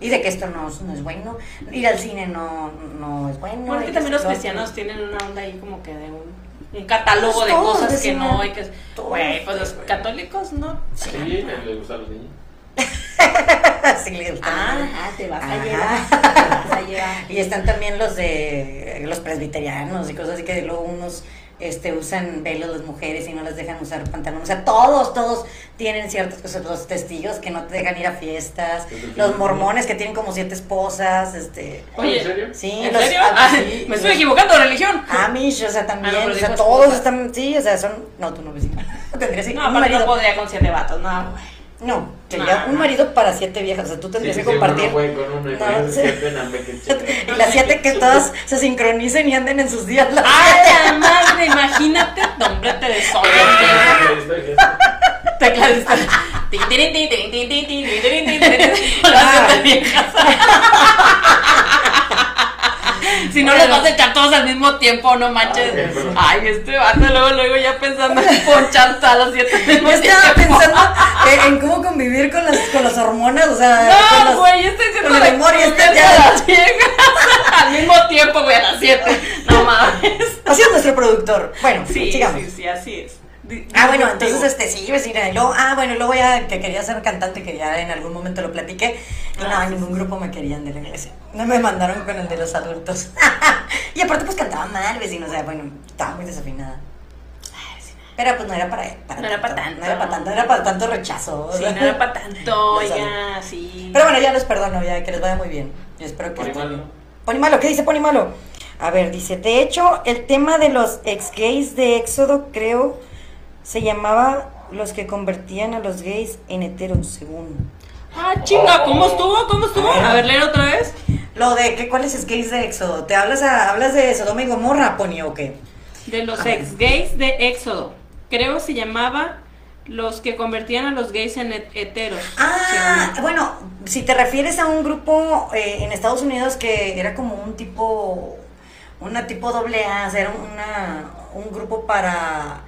[SPEAKER 2] Y de que esto no, es- no es bueno, ir al cine no, no es bueno.
[SPEAKER 1] Bueno, es que
[SPEAKER 2] y
[SPEAKER 1] también los
[SPEAKER 2] esto-
[SPEAKER 1] cristianos tienen una onda ahí como que de un, un catálogo
[SPEAKER 2] Pues
[SPEAKER 1] de
[SPEAKER 2] todos,
[SPEAKER 1] cosas que
[SPEAKER 2] vecina,
[SPEAKER 1] no hay que...
[SPEAKER 2] todos,
[SPEAKER 1] Güey, pues los
[SPEAKER 2] güey.
[SPEAKER 1] católicos no...
[SPEAKER 3] Sí, le, le gusta a los niños.
[SPEAKER 2] Ah, Sí, les gusta.
[SPEAKER 1] Ah. te vas
[SPEAKER 2] Ajá.
[SPEAKER 1] te vas a llevar.
[SPEAKER 2] Y están también los de los presbiterianos y cosas así que luego unos este, usan velos las mujeres y no las dejan usar pantalones. O sea, todos, todos tienen ciertas cosas. Los testigos que no te dejan ir a fiestas, los mormones que tienen como siete esposas, este...
[SPEAKER 1] Oye,
[SPEAKER 3] ¿en serio?
[SPEAKER 2] Sí,
[SPEAKER 1] ¿En
[SPEAKER 2] los-
[SPEAKER 1] serio?
[SPEAKER 2] ah,
[SPEAKER 1] Ah,
[SPEAKER 2] sí,
[SPEAKER 1] me
[SPEAKER 2] los
[SPEAKER 1] estoy equivocando de religión.
[SPEAKER 2] Amish, o sea, también,
[SPEAKER 1] Ah, no, pero
[SPEAKER 2] o sea,
[SPEAKER 1] dijo
[SPEAKER 2] todos
[SPEAKER 1] esposa.
[SPEAKER 2] están, sí, o sea, son, no, tú no ves Tendría sí,
[SPEAKER 1] No,
[SPEAKER 2] un
[SPEAKER 1] aparte no
[SPEAKER 2] marido,
[SPEAKER 1] podría con siete vatos, no, güey.
[SPEAKER 2] no, sería
[SPEAKER 1] No,
[SPEAKER 2] un
[SPEAKER 1] no.
[SPEAKER 2] marido para siete viejas, o sea, tú
[SPEAKER 3] Sí,
[SPEAKER 2] tendrías
[SPEAKER 3] sí,
[SPEAKER 2] que compartir.
[SPEAKER 3] uno fue con uno y
[SPEAKER 2] No,
[SPEAKER 3] con
[SPEAKER 2] sí.
[SPEAKER 3] siete, no, hombre, qué chido.
[SPEAKER 2] y las siete que todas se sincronicen y anden en sus días las
[SPEAKER 1] ¡A la madre! Imagínate, no, hombre, te deshoyo. Tecladista. Tin, tin, tin, tin, tin, tin, tin, tin, tin, tin, tin, tin. Con las
[SPEAKER 2] Ah.
[SPEAKER 1] otras viejas. Si no los vas a echar todos al mismo tiempo, no manches.
[SPEAKER 3] Ah, ok, bueno.
[SPEAKER 1] Ay, este vato luego, luego ya pensando en ponchar a las 7 del
[SPEAKER 2] Yo
[SPEAKER 1] mismo
[SPEAKER 2] estaba
[SPEAKER 1] tiempo.
[SPEAKER 2] pensando eh, en cómo convivir con las, con las hormonas, o sea, con las-
[SPEAKER 1] No, güey, yo estoy diciendo
[SPEAKER 2] con la
[SPEAKER 1] de
[SPEAKER 2] memoria, este
[SPEAKER 1] comerse
[SPEAKER 2] ya-
[SPEAKER 1] a las viejas al mismo tiempo, güey, a las 7. No mames.
[SPEAKER 2] así es nuestro productor. Bueno,
[SPEAKER 1] pues. Sí,
[SPEAKER 2] sigamos.
[SPEAKER 1] sí, sí, así es. Di-
[SPEAKER 2] Ah, bueno,
[SPEAKER 1] digo,
[SPEAKER 2] entonces, este, sí, vecina, y luego, ah, bueno, y luego ya que quería ser cantante, que ya en algún momento lo platiqué, y no,
[SPEAKER 1] Ah,
[SPEAKER 2] en ningún grupo me querían de la iglesia, no me mandaron con el de los adultos, y aparte, pues, cantaba mal, vecino, o sea, bueno, estaba muy desafinada, pero, pues, no era para, para
[SPEAKER 1] No era pa' tanto.
[SPEAKER 2] no era para tanto, no era para tanto rechazo, o
[SPEAKER 1] Sí,
[SPEAKER 2] sea.
[SPEAKER 1] no era para tanto,
[SPEAKER 2] Ya saben.
[SPEAKER 1] ya, sí.
[SPEAKER 2] pero bueno, ya los perdono, ya, que les vaya muy bien, y espero que...
[SPEAKER 3] Por igual, ¿no?
[SPEAKER 2] Poni malo, ¿qué dice Poni malo? A ver, dice, de hecho, el tema de los ex gays de Éxodo, creo, se llamaba los que convertían a los gays en heteros, según.
[SPEAKER 1] Ah, chinga, ¿cómo estuvo? ¿Cómo estuvo? A ver, leer otra vez.
[SPEAKER 2] Lo de que cuáles ex gays de Éxodo, ¿te hablas a- hablas de Sodoma y Gomorra, Poni, o qué?
[SPEAKER 1] De los ex gays de Éxodo. Creo se llamaba los que convertían a los gays en het- heteros.
[SPEAKER 2] Ah,
[SPEAKER 1] Sí.
[SPEAKER 2] bueno, si te refieres a un grupo eh, en Estados Unidos que era como un tipo, una tipo doble A, o sea, era una, un grupo para...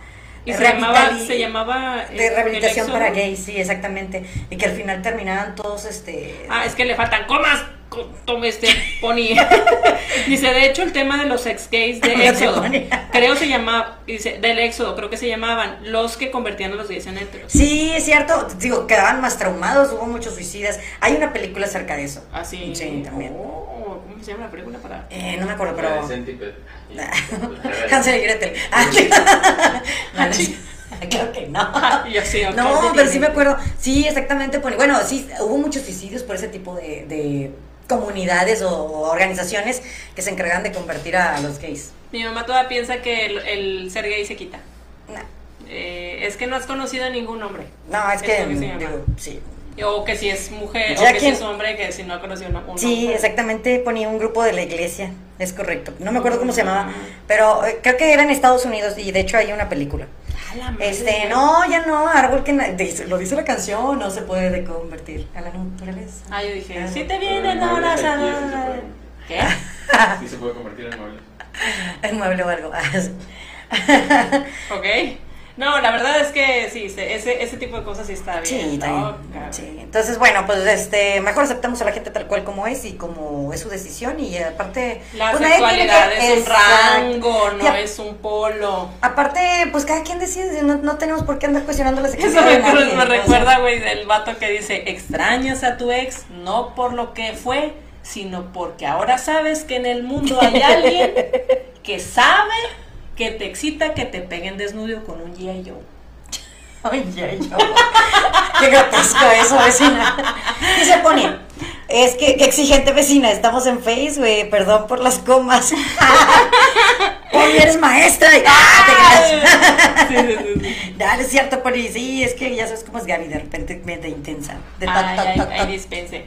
[SPEAKER 1] Y se llamaba,
[SPEAKER 2] revitali-
[SPEAKER 1] se llamaba eh,
[SPEAKER 2] De rehabilitación
[SPEAKER 1] el Éxodo.
[SPEAKER 2] para gays, sí, exactamente. Y que al final terminaban todos, este...
[SPEAKER 1] Ah, es que le faltan comas. co- Tome este pony. dice, de hecho, el tema de los ex gays de
[SPEAKER 2] Mira,
[SPEAKER 1] Éxodo.
[SPEAKER 2] pony.
[SPEAKER 1] Creo se llamaba, dice, del Éxodo, creo que se llamaban los que convertían a los gays en heteros.
[SPEAKER 2] Sí, es cierto. Digo, quedaban más traumados, hubo muchos suicidas. Hay una película acerca de eso.
[SPEAKER 1] Así.
[SPEAKER 2] Sí, también.
[SPEAKER 1] Oh, ¿Cómo se llama la película para?
[SPEAKER 2] Eh, no me acuerdo,
[SPEAKER 3] La de
[SPEAKER 2] pero...
[SPEAKER 3] Centipede.
[SPEAKER 2] Hansel y Gretel. Ah, sí.
[SPEAKER 1] Ah,
[SPEAKER 2] No, no, sí. Claro que no.
[SPEAKER 1] Y yo, sí, ok,
[SPEAKER 2] No,
[SPEAKER 1] sí,
[SPEAKER 2] pero
[SPEAKER 1] sí,
[SPEAKER 2] sí me
[SPEAKER 1] sí.
[SPEAKER 2] acuerdo. Sí, exactamente. Pony. Bueno, sí, hubo muchos suicidios por ese tipo de, de comunidades o, o organizaciones que se encargan de convertir a los gays.
[SPEAKER 1] Mi mamá todavía piensa que el, el ser gay se quita.
[SPEAKER 2] No,
[SPEAKER 1] Eh, es que no has conocido a ningún hombre.
[SPEAKER 2] no
[SPEAKER 1] Es
[SPEAKER 2] es que,
[SPEAKER 1] lo que se llama.
[SPEAKER 2] digo, sí,
[SPEAKER 1] O que si es mujer,
[SPEAKER 2] Ya
[SPEAKER 1] o que
[SPEAKER 2] quien-
[SPEAKER 1] si es hombre, que si no ha conocido a un
[SPEAKER 2] Sí,
[SPEAKER 1] hombre.
[SPEAKER 2] exactamente ponía un grupo de la iglesia,
[SPEAKER 1] Ah.
[SPEAKER 2] es correcto. No me acuerdo cómo se llamaba, pero eh, creo que era en Estados Unidos y de hecho hay una película.
[SPEAKER 1] A la madre,
[SPEAKER 2] Este,
[SPEAKER 1] güey.
[SPEAKER 2] no, ya no, árbol que na- dice- lo dice la canción, no se puede convertir a la naturaleza.
[SPEAKER 1] Ah, yo dije,
[SPEAKER 2] Ah.
[SPEAKER 1] si te
[SPEAKER 3] Pero
[SPEAKER 1] vienen
[SPEAKER 3] en muebles
[SPEAKER 1] horas a
[SPEAKER 3] aquí sí se puede.
[SPEAKER 1] ¿Qué?
[SPEAKER 3] Sí se puede convertir en muebles.
[SPEAKER 1] Ah.
[SPEAKER 2] El mueble o algo. Ah,
[SPEAKER 1] Ok. No, la verdad es que sí, se- ese, ese tipo de cosas sí está bien.
[SPEAKER 2] Sí, también.
[SPEAKER 1] loca,
[SPEAKER 2] Sí.
[SPEAKER 1] güey.
[SPEAKER 2] Entonces, bueno, pues este, mejor aceptamos a la gente tal cual como es y como es su decisión y aparte
[SPEAKER 1] La
[SPEAKER 2] pues, nadie tiene
[SPEAKER 1] sexualidad
[SPEAKER 2] que-
[SPEAKER 1] es un rango,
[SPEAKER 2] Y
[SPEAKER 1] no
[SPEAKER 2] a-
[SPEAKER 1] es un polo.
[SPEAKER 2] Aparte, pues cada quien decide, no, no tenemos por qué andar cuestionando la
[SPEAKER 1] Eso
[SPEAKER 2] sexualidad.
[SPEAKER 1] me,
[SPEAKER 2] de nadie,
[SPEAKER 1] me
[SPEAKER 2] entonces-
[SPEAKER 1] recuerda, güey, del vato que dice, extrañas a tu ex, no por lo que fue, sino porque ahora sabes que en el mundo hay alguien que sabe que te excita que te peguen desnudo con un G.I. Joe.
[SPEAKER 2] Ay, ay, yo. Qué grotesco eso, vecina. Y se pone. Es que, qué exigente vecina, estamos en Face, güey, perdón por las comas. Poli, eres maestra. Y- ¡Ah, te creas!
[SPEAKER 1] Sí, sí, sí, sí.
[SPEAKER 2] Dale, es cierto, Poli, sí, es que ya sabes cómo es Gaby, de repente me da intensa. De ta,
[SPEAKER 1] Ay,
[SPEAKER 2] ta,
[SPEAKER 1] ay,
[SPEAKER 2] ta,
[SPEAKER 1] ay,
[SPEAKER 2] ta.
[SPEAKER 1] dispense.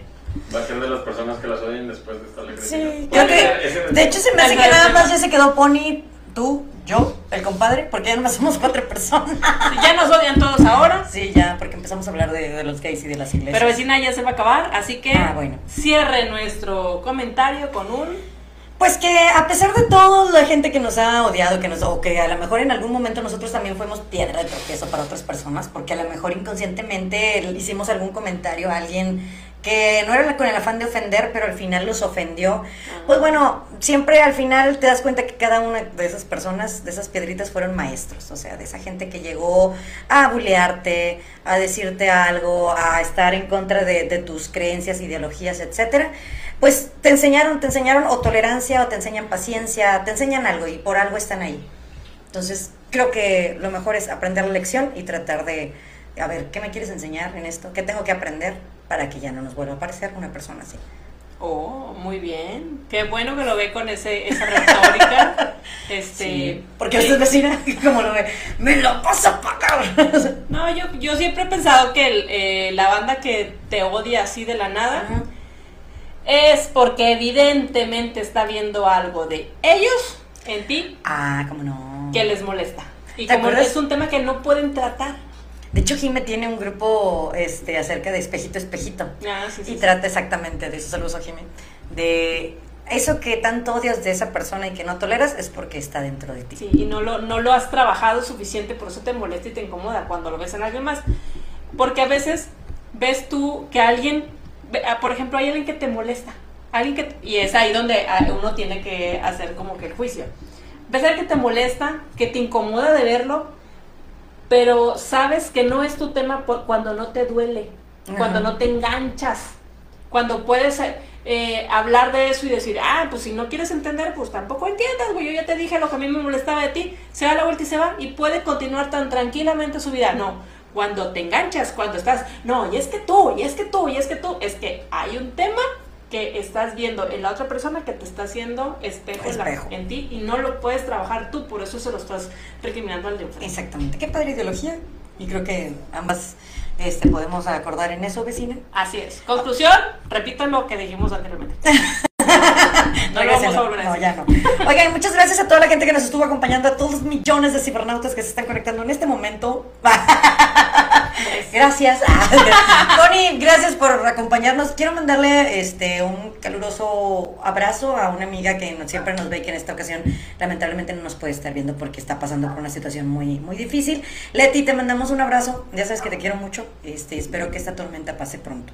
[SPEAKER 3] Va a ser de las personas que las oyen después de esta alegría.
[SPEAKER 2] Sí, creo que, de hecho se me hace que nada más ya se quedó Pony, tú, yo, el compadre, porque ya nomás somos cuatro personas.
[SPEAKER 1] Si ya nos odian todos ahora,
[SPEAKER 2] Sí, ya, porque empezamos a hablar de, de los gays y de las iglesias.
[SPEAKER 1] pero vecina ya se va a acabar, así que
[SPEAKER 2] Ah, bueno.
[SPEAKER 1] cierre nuestro comentario con un...
[SPEAKER 2] Pues que a pesar de todo, la gente que nos ha odiado, que nos, o que a lo mejor en algún momento nosotros también fuimos piedra de tropiezo para otras personas, porque a lo mejor inconscientemente le hicimos algún comentario a alguien que no era con el afán de ofender, pero al final los ofendió. Pues bueno, siempre al final te das cuenta que cada una de esas personas, de esas piedritas, fueron maestros. O sea, de esa gente que llegó a bulearte, a decirte algo, a estar en contra de, de tus creencias, ideologías, etcétera pues te enseñaron, te enseñaron o tolerancia o te enseñan paciencia, te enseñan algo y por algo están ahí. Entonces, creo que lo mejor es aprender la lección y tratar de, a ver, ¿qué me quieres enseñar en esto? ¿Qué tengo que aprender para que ya no nos vuelva a aparecer una persona así?
[SPEAKER 1] Oh, muy bien. Qué bueno que lo ve con ese, esa retórica. este,
[SPEAKER 2] Porque
[SPEAKER 1] sí.
[SPEAKER 2] usted es vecina, como lo ve, me lo paso para acá.
[SPEAKER 1] No, yo, yo siempre he pensado que el, eh, la banda que te odia así de la nada es porque evidentemente está viendo algo de ellos en ti
[SPEAKER 2] Ah, como no.
[SPEAKER 1] que les molesta. Y
[SPEAKER 2] ¿Te
[SPEAKER 1] como
[SPEAKER 2] acuerdas?
[SPEAKER 1] es un tema que no pueden tratar.
[SPEAKER 2] De hecho, Jime tiene un grupo este, acerca de espejito, espejito.
[SPEAKER 1] Ah, sí, sí,
[SPEAKER 2] Y
[SPEAKER 1] sí.
[SPEAKER 2] trata exactamente de eso, saludos a Jimmy, de eso que tanto odias de esa persona y que no toleras es porque está dentro de ti.
[SPEAKER 1] Sí, y no lo, no lo has trabajado suficiente, por eso te molesta y te incomoda cuando lo ves en alguien más. Porque a veces ves tú que alguien, ve- ah, por ejemplo, hay alguien que te molesta. Alguien que, y es ahí donde ah, uno tiene que hacer como que el juicio. Ves a alguien que te molesta, que te incomoda de verlo, pero sabes que no es tu tema por- cuando no te duele,
[SPEAKER 2] Ajá.
[SPEAKER 1] cuando no te enganchas, cuando puedes eh, eh, hablar de eso y decir, ah, pues si no quieres entender, pues tampoco entiendas, güey, yo ya te dije lo que a mí me molestaba de ti, se da la vuelta y se va y puede continuar tan tranquilamente su vida. No, cuando te enganchas, cuando estás, no, y es que tú, y es que tú, y es que tú, es que hay un tema que estás viendo en la otra persona que te está haciendo espejo, en la-
[SPEAKER 2] Espejo.
[SPEAKER 1] en ti y no lo puedes trabajar tú, por eso se lo estás recriminando al de enfrente.
[SPEAKER 2] Exactamente, qué padre ideología. Y creo que ambas este, podemos acordar en eso, vecina.
[SPEAKER 1] Así es. Conclusión, repitan lo que dijimos anteriormente. No lo vamos a volver a
[SPEAKER 2] No,
[SPEAKER 1] decir.
[SPEAKER 2] ya no. Oigan, muchas gracias a toda la gente que nos estuvo acompañando, a todos los millones de cibernautas que se están conectando en este momento. Gracias. Tony, gracias por acompañarnos. Quiero mandarle este un caluroso abrazo a una amiga que no- siempre nos ve y que en esta ocasión lamentablemente no nos puede estar viendo porque está pasando por una situación muy, muy difícil. Leti, te mandamos un abrazo. Ya sabes que te quiero mucho. Este, espero que esta tormenta pase pronto.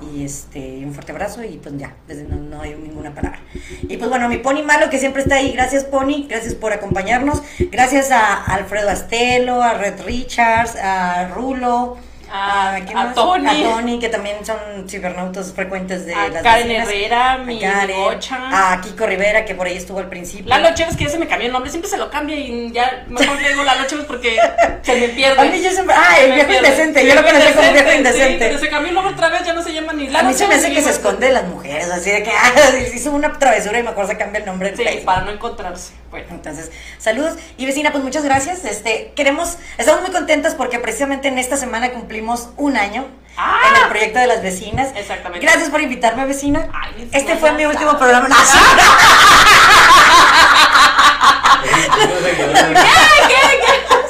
[SPEAKER 2] Y este, un fuerte abrazo y pues ya, desde- no, no hay ninguna palabra. Y pues bueno, mi Pony Malo que siempre está ahí. Gracias Pony, gracias por acompañarnos. Gracias a Alfredo Astelo, a Red Richards, a Rulo.
[SPEAKER 1] A-
[SPEAKER 2] Ah, ¿quién
[SPEAKER 1] a
[SPEAKER 2] más?
[SPEAKER 1] Tony.
[SPEAKER 2] A Tony, que también son cibernautas frecuentes de
[SPEAKER 1] A
[SPEAKER 2] las
[SPEAKER 1] Karen
[SPEAKER 2] vecinas.
[SPEAKER 1] Herrera, mi
[SPEAKER 2] Karen,
[SPEAKER 1] gocha.
[SPEAKER 2] A Kiko Rivera, que por ahí estuvo al principio.
[SPEAKER 1] Lalo Chévez, que ya se me cambió el nombre, siempre se lo cambia y ya mejor le digo Lalo Chévez porque se me pierde.
[SPEAKER 2] A mí yo siempre- ah, el
[SPEAKER 1] Se me
[SPEAKER 2] viejo
[SPEAKER 1] pierde.
[SPEAKER 2] indecente,
[SPEAKER 1] Sí,
[SPEAKER 2] yo lo
[SPEAKER 1] viejo
[SPEAKER 2] conocí como viejo
[SPEAKER 1] Sí,
[SPEAKER 2] indecente.
[SPEAKER 1] pero se cambió el nombre otra vez, ya no se llama ni
[SPEAKER 2] a
[SPEAKER 1] Lalo
[SPEAKER 2] mí se me
[SPEAKER 1] Chévez,
[SPEAKER 2] hace
[SPEAKER 1] ni
[SPEAKER 2] que se
[SPEAKER 1] Lalo
[SPEAKER 2] esconde de las mujeres, así de que ah, hizo una travesura y mejor se cambia el nombre del
[SPEAKER 1] Chévez. Sí,
[SPEAKER 2] Facebook.
[SPEAKER 1] para no encontrarse. Bueno.
[SPEAKER 2] Entonces, saludos. Y vecina, pues muchas gracias. Este, queremos, estamos muy contentas porque precisamente en esta semana cumplimos un año
[SPEAKER 1] ¡Ah!
[SPEAKER 2] en el proyecto de las vecinas.
[SPEAKER 1] Exactamente.
[SPEAKER 2] Gracias por invitarme, vecina.
[SPEAKER 1] Ay, vecina,
[SPEAKER 2] este fue
[SPEAKER 1] ya
[SPEAKER 2] mi último
[SPEAKER 1] sabes.
[SPEAKER 2] programa.
[SPEAKER 1] Ah,
[SPEAKER 3] Entonces,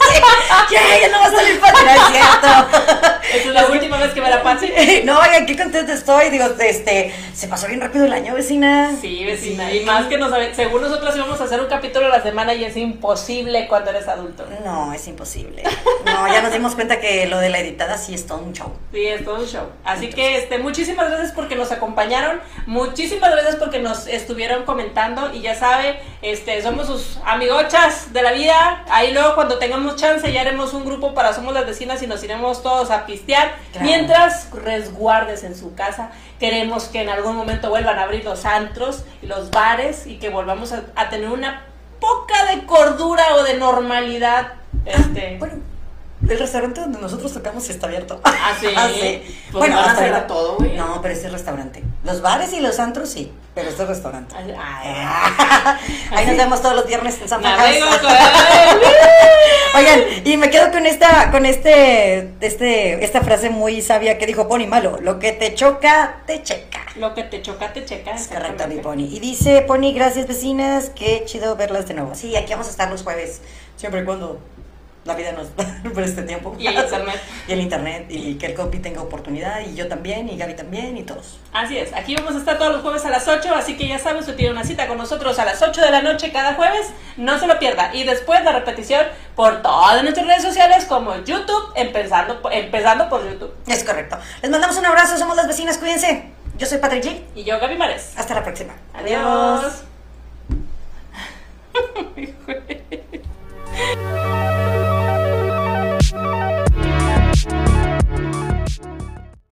[SPEAKER 2] Sí, ya
[SPEAKER 1] Esa es la última vez que me la pase.
[SPEAKER 2] No, oigan, qué contenta estoy. Digo, este, se pasó bien rápido el año, vecina.
[SPEAKER 1] Sí, vecina. Y más que nos, según nosotros íbamos a hacer un capítulo a la semana y es imposible cuando eres adulto.
[SPEAKER 2] No, es imposible. No, ya nos dimos cuenta que lo de la editada sí es todo un show.
[SPEAKER 1] Sí, es todo un show. Así que este, muchísimas gracias porque nos acompañaron, muchísimas gracias porque nos estuvieron comentando y ya sabe, este, somos sus amigochas de la vida. Ahí luego cuando tengamos chance ya haremos un grupo para Somos las Vecinas y nos iremos todos a pistear.
[SPEAKER 2] Claro.
[SPEAKER 1] Mientras resguardes en su casa, queremos que en algún momento vuelvan a abrir los antros y los bares y que volvamos a, a tener una poca de cordura o de normalidad. Este,
[SPEAKER 2] Bueno, el restaurante donde nosotros tocamos está abierto.
[SPEAKER 1] así.
[SPEAKER 2] Ah, sí.
[SPEAKER 1] Pues van a
[SPEAKER 2] hasta
[SPEAKER 1] cerrar
[SPEAKER 2] ahorita-
[SPEAKER 1] todo, güey.
[SPEAKER 2] No, pero este restaurante. Los bares y los antros sí, pero este restaurante.
[SPEAKER 1] Ay, ay.
[SPEAKER 2] Ah,
[SPEAKER 1] Ah.
[SPEAKER 2] Ahí nos vemos todos los viernes en San
[SPEAKER 1] Navego
[SPEAKER 2] Francisco.
[SPEAKER 1] con- ay,
[SPEAKER 2] Oigan, y me quedo con esta, con este, este, esta frase muy sabia que dijo Pony Malo, lo que te choca, te checa.
[SPEAKER 1] Lo que te choca, te checa.
[SPEAKER 2] Es correcto, mi
[SPEAKER 1] exactamente.
[SPEAKER 2] Pony. Y dice, Pony, gracias vecinas, qué chido verlas de nuevo. Sí, aquí vamos a estar los jueves, siempre y cuando la vida nos por este tiempo.
[SPEAKER 1] Y el internet.
[SPEAKER 2] Y el internet, y que el copy tenga oportunidad, y yo también, y Gaby también, y todos.
[SPEAKER 1] Así es, aquí vamos a estar todos los jueves a las 8, así que ya saben, usted tiene una cita con nosotros a las 8 de la noche cada jueves, no se lo pierda. Y después la repetición por todas nuestras redes sociales como YouTube, empezando, por- empezando por YouTube.
[SPEAKER 2] Es correcto. Les mandamos un abrazo, somos las vecinas, cuídense. Yo soy Patrick G.
[SPEAKER 1] Y yo, Gaby Mares.
[SPEAKER 2] Hasta la próxima.
[SPEAKER 1] Adiós.